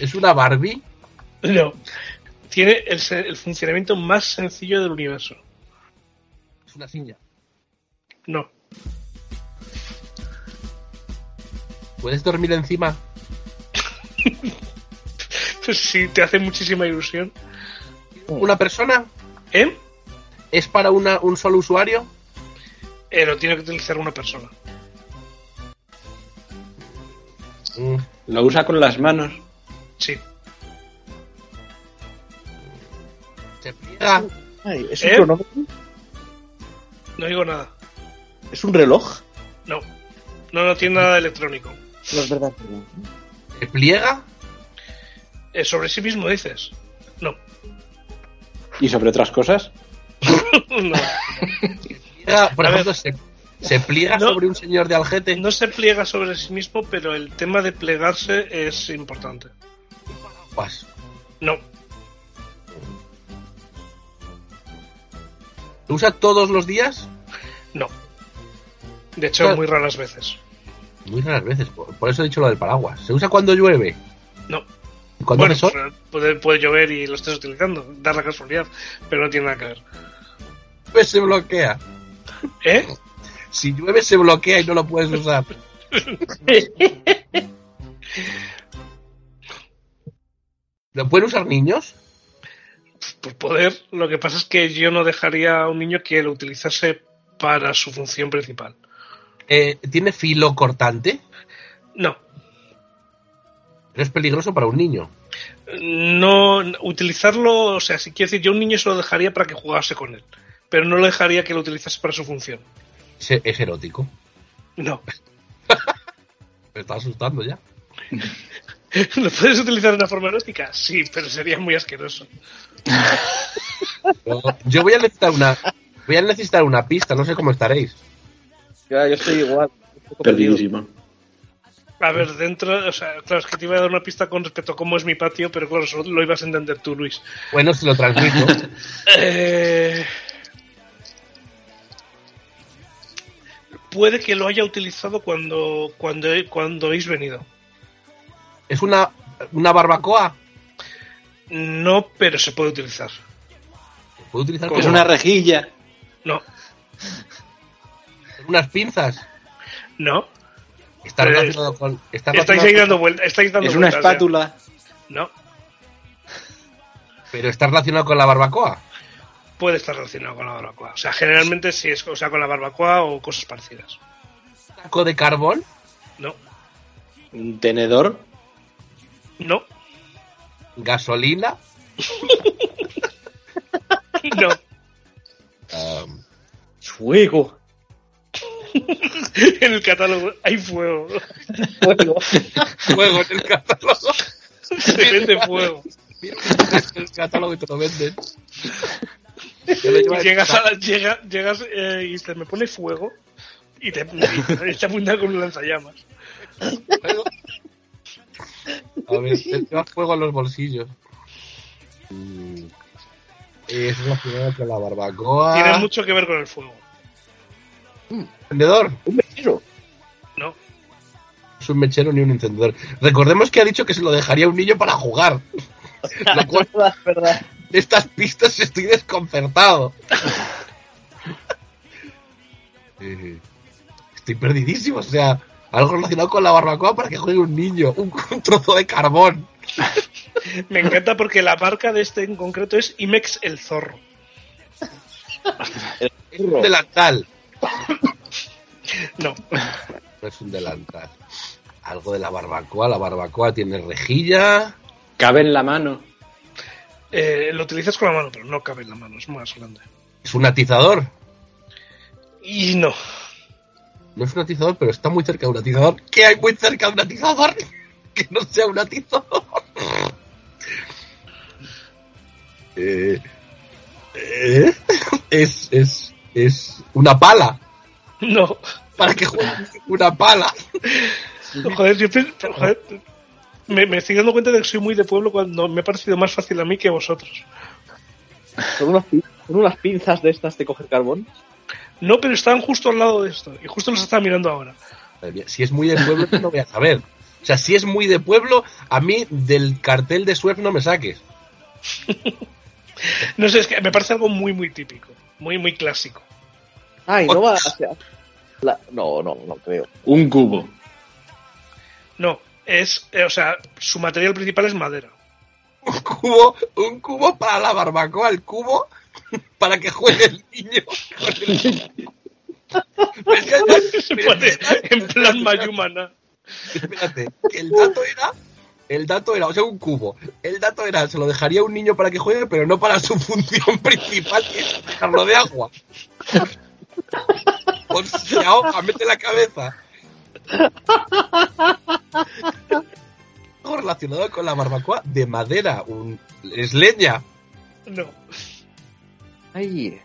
Speaker 1: ¿Es una Barbie?
Speaker 2: No. Tiene el, se- el funcionamiento más sencillo del universo.
Speaker 1: ¿Es una silla?
Speaker 2: No.
Speaker 1: ¿Puedes dormir encima?
Speaker 2: Si te hace muchísima ilusión. Mm.
Speaker 1: ¿Una persona?
Speaker 2: ¿Eh?
Speaker 1: ¿Es para una, un solo usuario?
Speaker 2: Eh, lo tiene que utilizar una persona.
Speaker 1: Mm,
Speaker 4: ¿Lo usa con las manos?
Speaker 2: Sí.
Speaker 1: ¿Se pliega?
Speaker 6: Ay, ¿es,
Speaker 2: ¿Eh?
Speaker 6: un cronómetro?
Speaker 2: No digo nada.
Speaker 6: ¿Es un reloj?
Speaker 2: No. No, no tiene nada de electrónico.
Speaker 6: No es verdad. que no.
Speaker 1: ¿Se pliega?
Speaker 2: Eh, sobre sí mismo dices. No.
Speaker 4: ¿Y sobre otras cosas?
Speaker 2: no.
Speaker 1: ¿Pliega? Por
Speaker 2: A
Speaker 1: ejemplo, ¿se, se pliega
Speaker 2: No.
Speaker 1: sobre un señor de algete?
Speaker 2: No se pliega sobre sí mismo, pero el tema de plegarse es importante.
Speaker 1: Pues,
Speaker 2: No.
Speaker 1: ¿Lo usa todos los días?
Speaker 2: No. De hecho,
Speaker 1: Claro.
Speaker 2: muy raras veces.
Speaker 1: Muy raras veces, por, por eso he dicho lo del paraguas. ¿Se usa cuando llueve?
Speaker 2: No.
Speaker 1: ¿Y ¿Cuando hace sol?
Speaker 2: pues, eh, puede, puede llover y lo estés utilizando. Dar la casualidad. Pero no tiene nada que ver.
Speaker 1: Pues se bloquea.
Speaker 2: ¿Eh?
Speaker 1: Si llueve se bloquea y no lo puedes usar. ¿Lo pueden usar niños?
Speaker 2: Pues poder. Lo que pasa es que yo no dejaría a un niño que lo utilizase para su función principal.
Speaker 1: Eh, ¿Tiene filo cortante?
Speaker 2: No.
Speaker 1: Pero es peligroso para un niño.
Speaker 2: no utilizarlo, o sea, si quiero decir, yo a un niño se lo dejaría para que jugase con él, pero no lo dejaría que lo utilizase para su función.
Speaker 1: Es, es erótico.
Speaker 2: No,
Speaker 1: Me está asustando ya.
Speaker 2: lo puedes utilizar de una forma erótica, sí, pero sería muy asqueroso.
Speaker 1: Yo, yo voy a necesitar una... Voy a necesitar una pista, no sé cómo estaréis.
Speaker 6: Ya, yo estoy igual. un poco perdido.
Speaker 4: Perdidísimo.
Speaker 2: A ver, dentro, o sea, claro, es que te iba a dar una pista con respecto a cómo es mi patio, pero claro, eso lo ibas a entender tú, Luis.
Speaker 1: Bueno, se lo transmito.
Speaker 2: Eh, Puede que lo haya utilizado cuando, cuando, cuando habéis venido.
Speaker 1: ¿Es una, una barbacoa?
Speaker 2: No, pero se puede utilizar.
Speaker 1: ¿Puedo utilizar
Speaker 2: ¿Cómo?
Speaker 4: Es una rejilla.
Speaker 2: No,
Speaker 1: con unas pinzas?
Speaker 2: no.
Speaker 1: Está
Speaker 2: Pero
Speaker 1: relacionado con. Está
Speaker 2: Estáis
Speaker 1: relacionado
Speaker 2: ahí
Speaker 1: con-
Speaker 2: dando vueltas. Estáis dando
Speaker 4: Es
Speaker 6: pues,
Speaker 4: una
Speaker 2: vueltas, ¿eh?
Speaker 4: espátula.
Speaker 2: No,
Speaker 1: Pero está relacionado con la barbacoa.
Speaker 2: puede estar relacionado con la barbacoa. O sea, generalmente sí es o sea, con la barbacoa o cosas parecidas.
Speaker 1: ¿Taco de carbón?
Speaker 2: No,
Speaker 4: Un tenedor.
Speaker 2: no,
Speaker 1: ¿Gasolina?
Speaker 2: no.
Speaker 1: Um,
Speaker 4: Fuego.
Speaker 2: en el catálogo hay fuego.
Speaker 1: fuego en el catálogo.
Speaker 2: Se vende fuego.
Speaker 1: en el catálogo y te lo venden. Yo lo llevo
Speaker 2: Y llegas, a la- llega- llegas eh, y te me pone fuego y te, y te apunta con un lanzallamas.
Speaker 1: fuego. A ver, te llevas fuego en los bolsillos. Mm. Es relacionado con la barbacoa.
Speaker 2: Tiene mucho que ver con el fuego.
Speaker 1: encendedor.
Speaker 2: No,
Speaker 1: Es un mechero ni un encendedor. Recordemos que ha dicho que se lo dejaría a un niño para jugar. Lo cual,
Speaker 6: verdad, verdad.
Speaker 1: de estas pistas estoy desconcertado. Eh, estoy perdidísimo, o sea, algo relacionado con la barbacoa para que juegue un niño, un, un trozo de carbón.
Speaker 2: me encanta porque la marca de este en concreto es Imex el Zorro.
Speaker 1: Es un delantal.
Speaker 2: No,
Speaker 1: No es un delantal. Algo de la barbacoa, la barbacoa tiene rejilla.
Speaker 4: Cabe en la mano.
Speaker 2: eh, lo utilizas con la mano, pero no cabe en la mano, es más grande.
Speaker 1: Es un atizador.
Speaker 2: Y no,
Speaker 1: No es un atizador, pero está muy cerca de un atizador. ¿Qué hay muy cerca de un atizador? Que no sea un atizador. Eh, eh, es, es, es una pala.
Speaker 2: no.
Speaker 1: Para que juegue una pala.
Speaker 2: Joder, yo pe- joder, me, me estoy dando cuenta de que soy muy de pueblo cuando me ha parecido más fácil a mí que a vosotros.
Speaker 6: Son unas, pin- son unas pinzas de estas de coger carbón.
Speaker 2: No, pero estaban justo al lado de esto y justo los estaba mirando ahora.
Speaker 1: Madre mía, Si es muy de pueblo, no lo voy a saber. O sea, si es muy de pueblo, a mí del cartel de Swerve no me saques.
Speaker 2: No sé, es que me parece algo muy, muy típico, muy, muy clásico.
Speaker 6: Ay, no va hacia- la- No, no, no creo.
Speaker 4: Un cubo.
Speaker 2: No, es, eh, o sea, su material principal es madera.
Speaker 1: Un cubo, un cubo para la barbacoa, el cubo para que juegue el niño. con el- Es que además,
Speaker 2: Se pone en plan mayumana.
Speaker 1: Espérate, que el dato era. El dato era, o sea, un cubo. El dato era, se lo dejaría a un niño para que juegue, pero no para su función principal, que es dejarlo de agua. Por si se ahoga, mete la cabeza. Algo relacionado con la barbacoa de madera, un, es leña.
Speaker 2: No,
Speaker 6: Ay,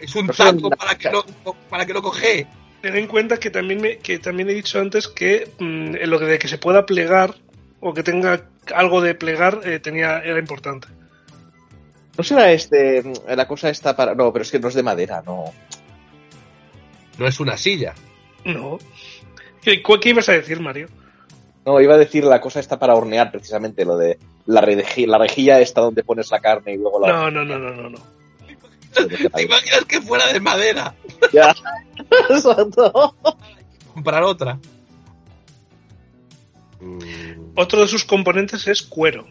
Speaker 1: Es un
Speaker 6: No sé dónde
Speaker 1: taco
Speaker 6: la
Speaker 1: para que no, para que no coge.
Speaker 2: ten en cuenta que también, me- que también he dicho antes que mm, en lo de que se pueda plegar o que tenga algo de plegar eh, tenía, era importante.
Speaker 6: ¿no será este mm, la cosa esta para.? No, pero es que no es de madera, no.
Speaker 1: No es una silla.
Speaker 2: No. ¿Qué, cu- qué ibas a decir, Mario?
Speaker 6: No, iba a decir la cosa esta para hornear, precisamente, lo de la, redeji- la rejilla esta donde pones la carne y luego la.
Speaker 2: No, no, no, no, no. no.
Speaker 1: ¿Te imaginas que fuera de madera?
Speaker 6: Ya. Exacto.
Speaker 1: Comprar otra.
Speaker 2: Otro de sus componentes es cuero.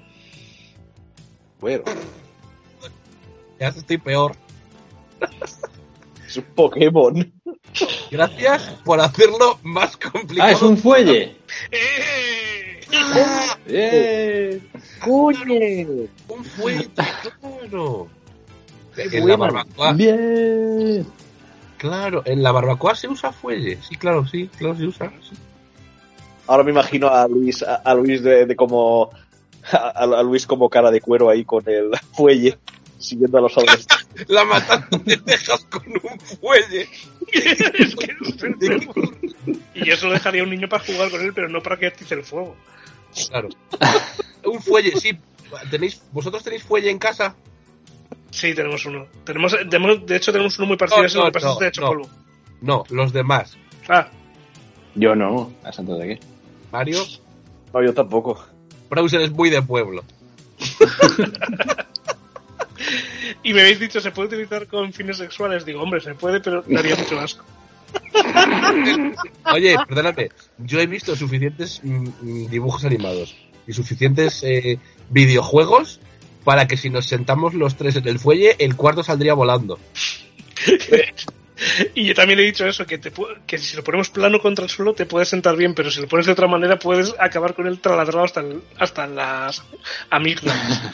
Speaker 6: Bueno,
Speaker 1: Ya estoy peor.
Speaker 6: es un Pokémon.
Speaker 1: Gracias por hacerlo más complicado.
Speaker 4: Ah, es un fuelle.
Speaker 2: ¡Eh!
Speaker 1: ¡Ah!
Speaker 4: Eh.
Speaker 6: ¡Coño!
Speaker 1: un fuelle, claro. En la
Speaker 4: bueno.
Speaker 6: Ah.
Speaker 1: barbacoa,
Speaker 4: Bien.
Speaker 1: claro, en la barbacoa se usa fuelle. Sí, claro, sí, claro, se usa. sí.
Speaker 6: Ahora me imagino a Luis, a, a Luis de, de como a, a Luis como cara de cuero ahí con el fuelle siguiendo a los adolescentes.
Speaker 1: La matanza te dejas con un fuelle.
Speaker 2: Es que es el verbo. y eso lo dejaría a un niño para jugar con él, pero no para que atice el fuego.
Speaker 1: Claro. Un fuelle, sí. ¿Tenéis, ¿Vosotros tenéis fuelle en casa?
Speaker 2: Sí, tenemos uno. Tenemos, tenemos- de hecho, tenemos uno muy parecido
Speaker 1: No,
Speaker 2: a ese lo
Speaker 1: no,
Speaker 2: que pasa es que
Speaker 1: no,
Speaker 2: está hecho
Speaker 1: no.
Speaker 2: polvo.
Speaker 1: No, los demás.
Speaker 2: Ah,
Speaker 4: Yo no. ¿A santo de qué?
Speaker 1: Mario,
Speaker 6: No, yo tampoco.
Speaker 1: Browser es muy de pueblo.
Speaker 2: Y me habéis dicho, ¿se puede utilizar con fines sexuales? Digo, hombre, se puede, pero daría mucho asco.
Speaker 1: Oye, perdónate, yo he visto suficientes mm, mm, dibujos animados y suficientes eh, videojuegos para que si nos sentamos los tres en el fuelle, el cuarto saldría volando.
Speaker 2: Y yo también he dicho eso, que, te pu- que si lo ponemos plano contra el suelo te puedes sentar bien, pero si lo pones de otra manera puedes acabar con el traladrado hasta, el- hasta las amígdalas.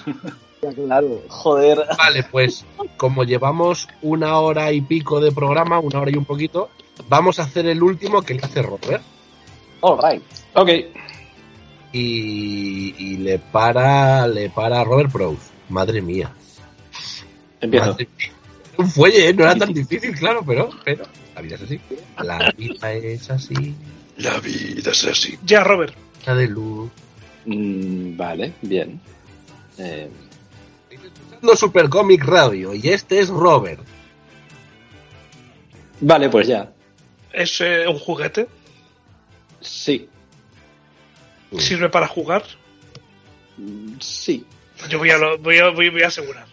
Speaker 6: Claro, joder.
Speaker 1: Vale, pues como llevamos una hora y pico de programa, una hora y un poquito, vamos a hacer el último que le hace Robert.
Speaker 6: All right.
Speaker 4: Ok.
Speaker 1: Y, y le para le para a Robert Prowse. Madre mía.
Speaker 4: Empiezo.
Speaker 1: Madre mía. Un fuelle, ¿eh? no era tan difícil, claro, pero, pero la vida es así. La vida es así.
Speaker 5: La vida es así.
Speaker 2: ya, Robert,
Speaker 1: La de luz.
Speaker 4: Mm, vale, bien. Eh,
Speaker 1: Lo Super Comic Radio y este es Robert.
Speaker 4: vale, pues ya.
Speaker 2: ¿es eh, un juguete?
Speaker 4: Sí.
Speaker 2: ¿Sirve para jugar?
Speaker 4: Mm, Sí.
Speaker 2: Yo voy a, lo- voy a, voy, voy a asegurar.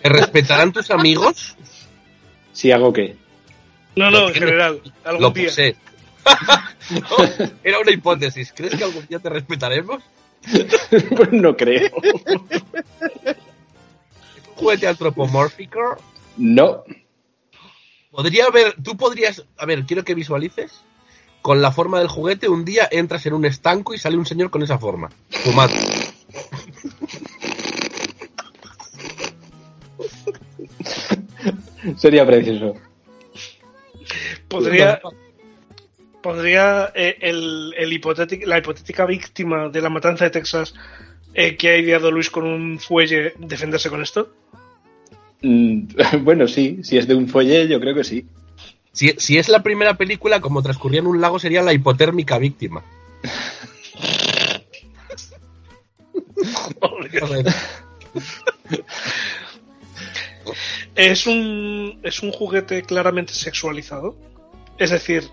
Speaker 1: ¿Te respetarán tus amigos?
Speaker 4: ¿Sí hago qué?
Speaker 2: No,
Speaker 1: Lo
Speaker 2: no, en
Speaker 1: tiene-
Speaker 2: general, algún
Speaker 1: Lo
Speaker 2: día.
Speaker 1: posee. No, era una hipótesis. ¿Crees que algún día te respetaremos?
Speaker 4: Pues no creo.
Speaker 1: Juguete antropomórfico.
Speaker 4: No.
Speaker 1: Podría haber, tú podrías, a ver, quiero que visualices con la forma del juguete. Un día entras en un estanco y sale un señor con esa forma, fumando.
Speaker 4: Sería preciso.
Speaker 2: Podría, podría eh, el, el hipotéti- la hipotética víctima de la matanza de Texas eh, que ha ideado Luis con un fuelle defenderse con esto.
Speaker 4: Mm, Bueno, sí. Si es de un folle, yo creo que sí.
Speaker 1: Si, si es la primera película, como transcurría en un lago, sería la hipotérmica víctima. Joder.
Speaker 2: Es un, es un juguete claramente sexualizado, es decir,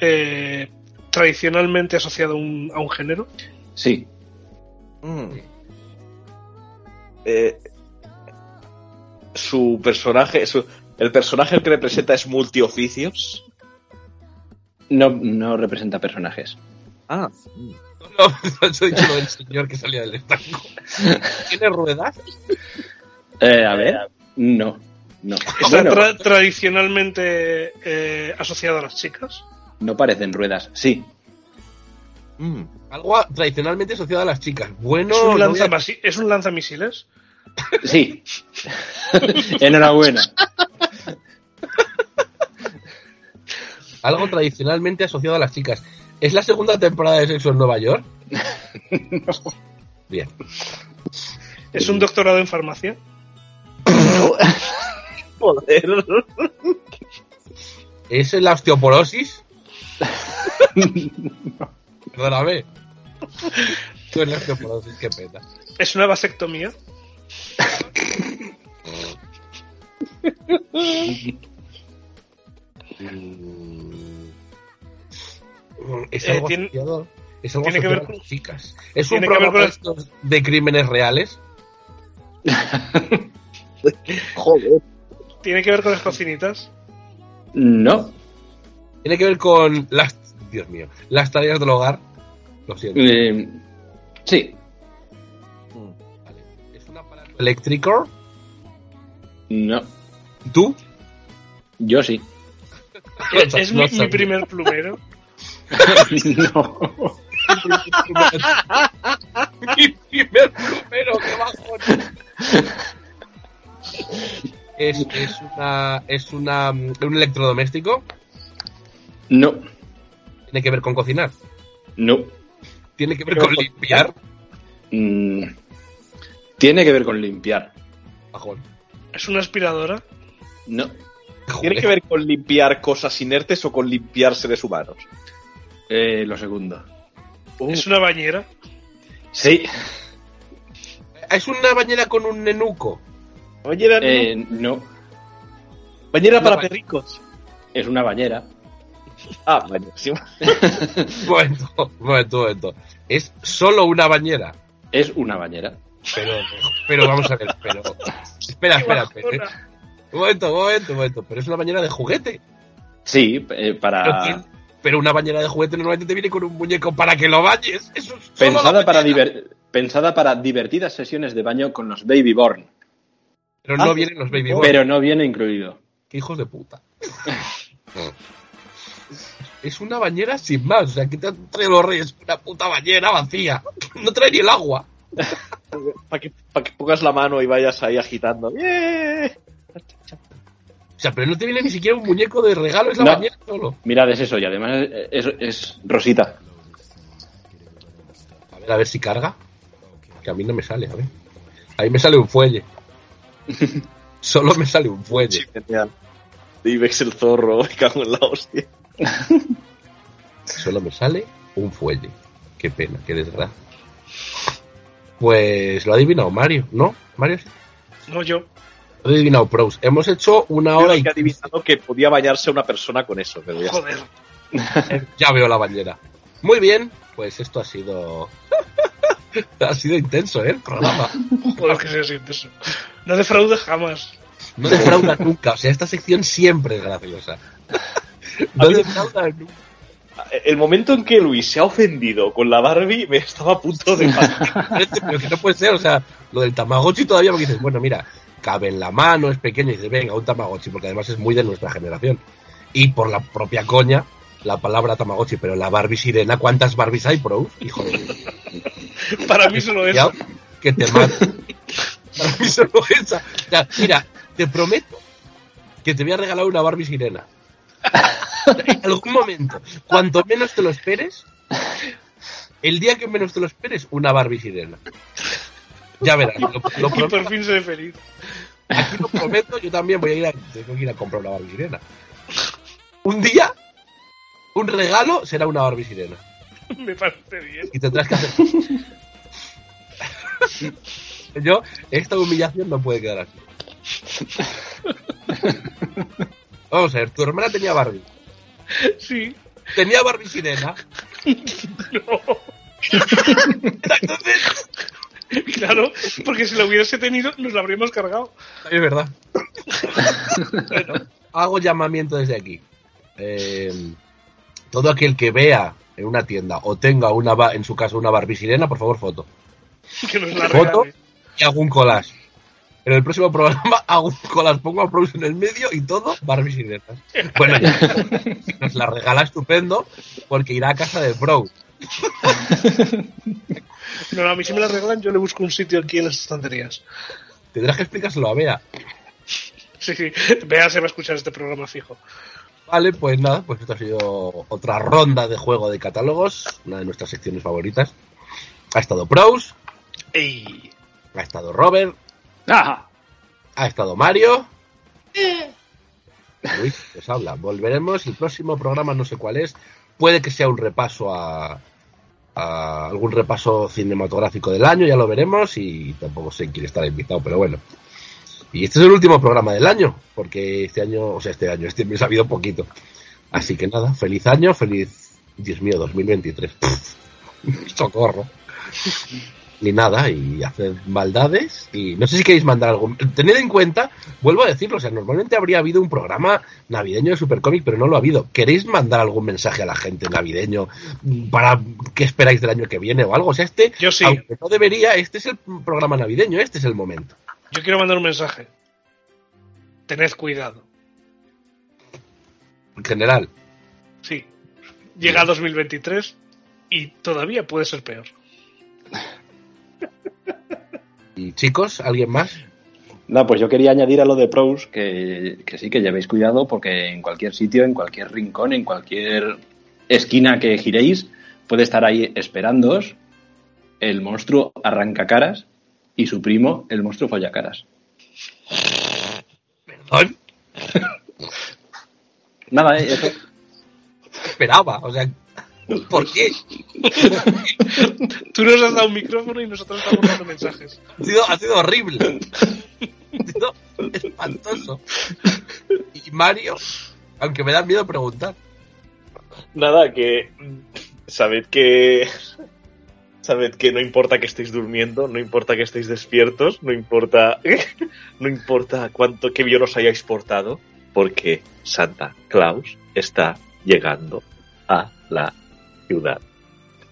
Speaker 2: eh, tradicionalmente asociado a un, a un género.
Speaker 4: Sí.
Speaker 6: Eh, su personaje, su- el personaje al que representa es multioficios.
Speaker 4: No, no representa personajes.
Speaker 6: Ah,
Speaker 1: No, yo he dicho lo del señor que salía del estanco. ¿Tiene ruedas?
Speaker 4: Eh, a ver. No. No.
Speaker 2: Está
Speaker 4: Bueno,
Speaker 2: tra- tradicionalmente eh, asociado a las chicas.
Speaker 4: no parecen ruedas. Sí.
Speaker 1: Algo a- tradicionalmente asociado a las chicas. Bueno,
Speaker 2: Es un,
Speaker 1: no voy a-
Speaker 2: lanzamasi- es un lanzamisiles.
Speaker 4: Sí. Enhorabuena.
Speaker 1: algo tradicionalmente asociado a las chicas. ¿Es la segunda temporada de Sexo en Nueva York? Bien.
Speaker 2: Es un doctorado en farmacia.
Speaker 6: joder.
Speaker 1: ¿Es la osteoporosis? Perdóname. No es la osteoporosis, qué pena.
Speaker 2: Es una vasectomía.
Speaker 1: Mm. Es
Speaker 2: Eh,
Speaker 1: algo
Speaker 2: tiene-
Speaker 1: asociado- es algo
Speaker 2: tiene que
Speaker 1: asociado
Speaker 2: ver
Speaker 1: a las chicas. ¿Es un
Speaker 2: tiene que ver
Speaker 1: programa
Speaker 2: con
Speaker 1: de
Speaker 2: las-
Speaker 1: estos de crímenes reales?
Speaker 6: joder.
Speaker 2: Tiene que ver con las cocinitas.
Speaker 4: No.
Speaker 1: Tiene que ver con las... Dios mío. Las tareas del hogar. Lo siento.
Speaker 4: Eh, sí.
Speaker 1: Vale. ¿Es un aparato eléctrico?
Speaker 4: No.
Speaker 1: ¿Tú?
Speaker 4: Yo sí.
Speaker 2: Es, es
Speaker 1: No
Speaker 2: mi,
Speaker 1: sabía.
Speaker 2: mi primer plumero.
Speaker 4: no.
Speaker 1: Mi primer plumero, qué bajón. Es, es una es una mm, un electrodoméstico
Speaker 4: No.
Speaker 1: tiene que ver con cocinar
Speaker 4: No.
Speaker 1: tiene que ver con limpiar
Speaker 4: Mm. Tiene que ver con limpiar.
Speaker 1: bajón
Speaker 2: Es una aspiradora.
Speaker 4: No.
Speaker 6: ¿Tiene que ver con limpiar cosas inertes o con limpiar seres humanos?
Speaker 4: Eh, lo segundo.
Speaker 2: Es una bañera.
Speaker 4: Sí.
Speaker 1: es una bañera con un nenuco
Speaker 6: Bañera, no.
Speaker 4: Eh, no.
Speaker 6: bañera
Speaker 1: no,
Speaker 6: para
Speaker 1: vale.
Speaker 6: perricos.
Speaker 4: Es una bañera.
Speaker 6: Ah, buenísimo.
Speaker 1: un momento un momento un momento es solo una bañera
Speaker 4: Es una bañera.
Speaker 1: Pero, pero vamos a ver, pero. Espera, espera, espera.
Speaker 2: Guajona.
Speaker 1: Un momento, un momento, un momento. Pero es una bañera de juguete.
Speaker 4: Sí, eh,
Speaker 1: Pero,
Speaker 4: para.
Speaker 1: tiene- pero una bañera de juguete normalmente te viene con un muñeco para que lo bañes. Eso es solo
Speaker 4: Pensada
Speaker 1: la
Speaker 4: para,
Speaker 1: bañera.
Speaker 4: diver- pensada para divertidas sesiones de baño con los babyborn,
Speaker 1: Pero no
Speaker 6: Ah,
Speaker 1: vienen los baby boys.
Speaker 4: pero no viene incluido.
Speaker 1: Qué hijos de puta. es una bañera sin más. O sea, que te han traído los reyes? Una puta bañera vacía. No trae ni el agua.
Speaker 6: Para que, pa' que pongas la mano y vayas ahí agitando. ¡Bien!
Speaker 1: O sea, pero no te viene ni siquiera un muñeco de regalo, es la
Speaker 4: No.
Speaker 1: bañera solo.
Speaker 4: Mirad, es eso, y además es, es- es Rosita.
Speaker 1: A ver, a ver si carga. Que a mí no me sale, a ver. A mí me sale un fuelle. Solo me sale un fuelle.
Speaker 6: Genial. De Ibex el zorro, me cago en la hostia.
Speaker 1: Solo me sale un fuelle. Qué pena, qué desgracia. Pues lo ha adivinado Mario, ¿no? Mario, sí.
Speaker 2: No yo.
Speaker 1: lo ha adivinado Pros. Hemos hecho una hora
Speaker 6: Ahora
Speaker 1: y
Speaker 6: que ha adivinado que podía bañarse una persona con eso. pero ya está.
Speaker 2: Joder.
Speaker 1: ya veo la bañera. Muy bien, pues esto ha sido... ha sido intenso, ¿eh? El programa.
Speaker 2: Por lo que sea, sí, eso. No defrauda jamás.
Speaker 1: No defrauda nunca. O sea, esta sección siempre es graciosa. No defrauda nunca.
Speaker 6: El momento en que Luis se ha ofendido con la Barbie me estaba a punto de matar.
Speaker 1: Pero que no puede ser, o sea, lo del Tamagotchi todavía porque dices, bueno, mira, cabe en la mano, es pequeño, y dices, venga, un Tamagotchi, porque además es muy de nuestra generación. Y por la propia coña, la palabra Tamagotchi, pero la Barbie sirena, ¿cuántas Barbies hay, bro? Hijo de...
Speaker 2: Para mí solo es.
Speaker 1: Ya, que te mato. Para mí solo esa. O sea, mira, te prometo que te voy a regalar una Barbie sirena. En algún momento, cuanto menos te lo esperes, el día que menos te lo esperes, una Barbie sirena. Ya verás, lo, lo
Speaker 2: Y
Speaker 1: prometo,
Speaker 2: por fin seré feliz.
Speaker 1: aquí lo prometo, yo también voy a ir a, tengo que ir a comprar una Barbie sirena. Un día, un regalo será una Barbie sirena.
Speaker 2: Me parece bien.
Speaker 1: y tendrás que hacer. Yo, esta humillación no puede quedar así. Vamos a ver, tu hermana tenía Barbie.
Speaker 2: Sí.
Speaker 1: Tenía Barbie sirena.
Speaker 2: No.
Speaker 1: Entonces,
Speaker 2: Claro, porque si lo hubiese tenido, nos lo habríamos cargado.
Speaker 1: es verdad. Bueno, hago llamamiento desde aquí. Eh, todo aquel que vea en una tienda o tenga una ba- en su casa una Barbie sirena, por favor, foto.
Speaker 2: Que nos la
Speaker 1: ¿Foto?
Speaker 2: regale.
Speaker 1: y hago un collage. En el próximo programa hago un collage, pongo a Proust en el medio y todo, Barbie sirenas. Bueno, ya. Si nos la regala estupendo, porque irá a casa de Bro.
Speaker 2: No, no, a mí si me la regalan, yo le busco un sitio aquí en las estanterías.
Speaker 1: Tendrás que explicárselo a Bea.
Speaker 2: Sí, sí. Vea, se va a escuchar este programa fijo.
Speaker 1: Vale, pues nada, pues esto ha sido otra ronda de juego de catálogos, una de nuestras secciones favoritas. Ha estado Proust,
Speaker 2: ¡Ey!
Speaker 1: ha estado Robert,
Speaker 4: Ah,
Speaker 5: Ajá.
Speaker 1: ha estado Mario. Luis, os habla. Volveremos. El próximo programa no sé cuál es. Puede que sea un repaso a, a algún repaso cinematográfico del año, ya lo veremos. Y tampoco sé quién estará invitado, pero bueno. Y este es el último programa del año, porque este año, o sea, este año, este mes ha habido poquito. Así que nada, feliz año, feliz, Dios mío, 2023. Socorro. Ni nada, y haced maldades. Y no sé si queréis mandar algo. Tened en cuenta, vuelvo a decirlo, o sea, normalmente habría habido un programa navideño de Supercomic, pero no lo ha habido. ¿Queréis mandar algún mensaje a la gente navideño para qué esperáis del año que viene o algo? O sea, este,
Speaker 2: Yo sí.
Speaker 1: aunque no debería, este es el programa navideño, este es el momento.
Speaker 2: Yo quiero mandar un mensaje. Tened cuidado.
Speaker 1: En general.
Speaker 2: Sí. Llega 2023 y todavía puede ser peor.
Speaker 1: Y chicos, ¿alguien más?
Speaker 4: No, pues yo quería añadir a lo de Pros que, que sí, que llevéis cuidado porque en cualquier sitio, en cualquier rincón, en cualquier esquina que giréis, puede estar ahí esperándoos el monstruo arrancacaras y su primo, el monstruo follacaras.
Speaker 1: Perdón,
Speaker 4: Nada, eh, eso.
Speaker 1: esperaba, o sea, ¿por qué?
Speaker 2: Tú nos has dado un micrófono y nosotros estamos dando mensajes.
Speaker 1: Ha sido, ha sido horrible. Ha sido espantoso. Y Mario, aunque me da miedo preguntar.
Speaker 6: Nada, que. mm, Sabed que.
Speaker 3: Sabed que no importa que estéis durmiendo, no importa que estéis despiertos, no importa, no importa cuánto que bien os hayáis portado, porque Santa Claus está llegando a la ciudad.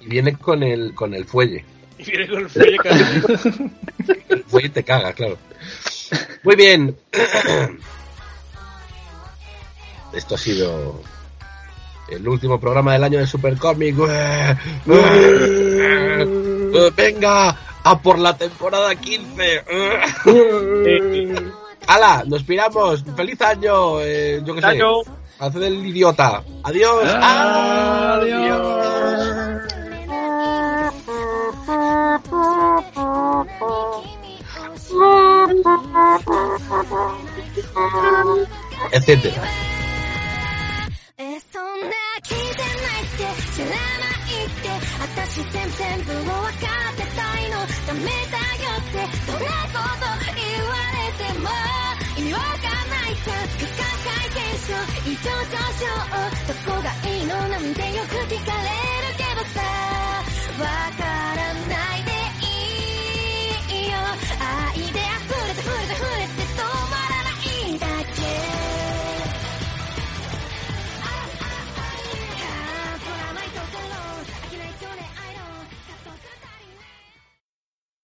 Speaker 1: Y viene con el, con el fuelle.
Speaker 2: Y viene con el fuelle cada vez.
Speaker 1: El fuelle te caga, claro. Muy bien. Esto ha sido el último programa del año de Supercomic. Venga, a por la temporada 15. ¡Hala! Nos piramos. ¡Feliz año! Eh, yo qué sé.
Speaker 2: Tacho.
Speaker 1: Haced el idiota. Adiós. Adiós. Etcétera.
Speaker 7: えーそんな気じゃないって知らないって私全然部を分かってたいのダメだよってそんなこと言われても言わがないさ不可解現象異常上昇どこがいいのなんてよく聞かれるけどさわかる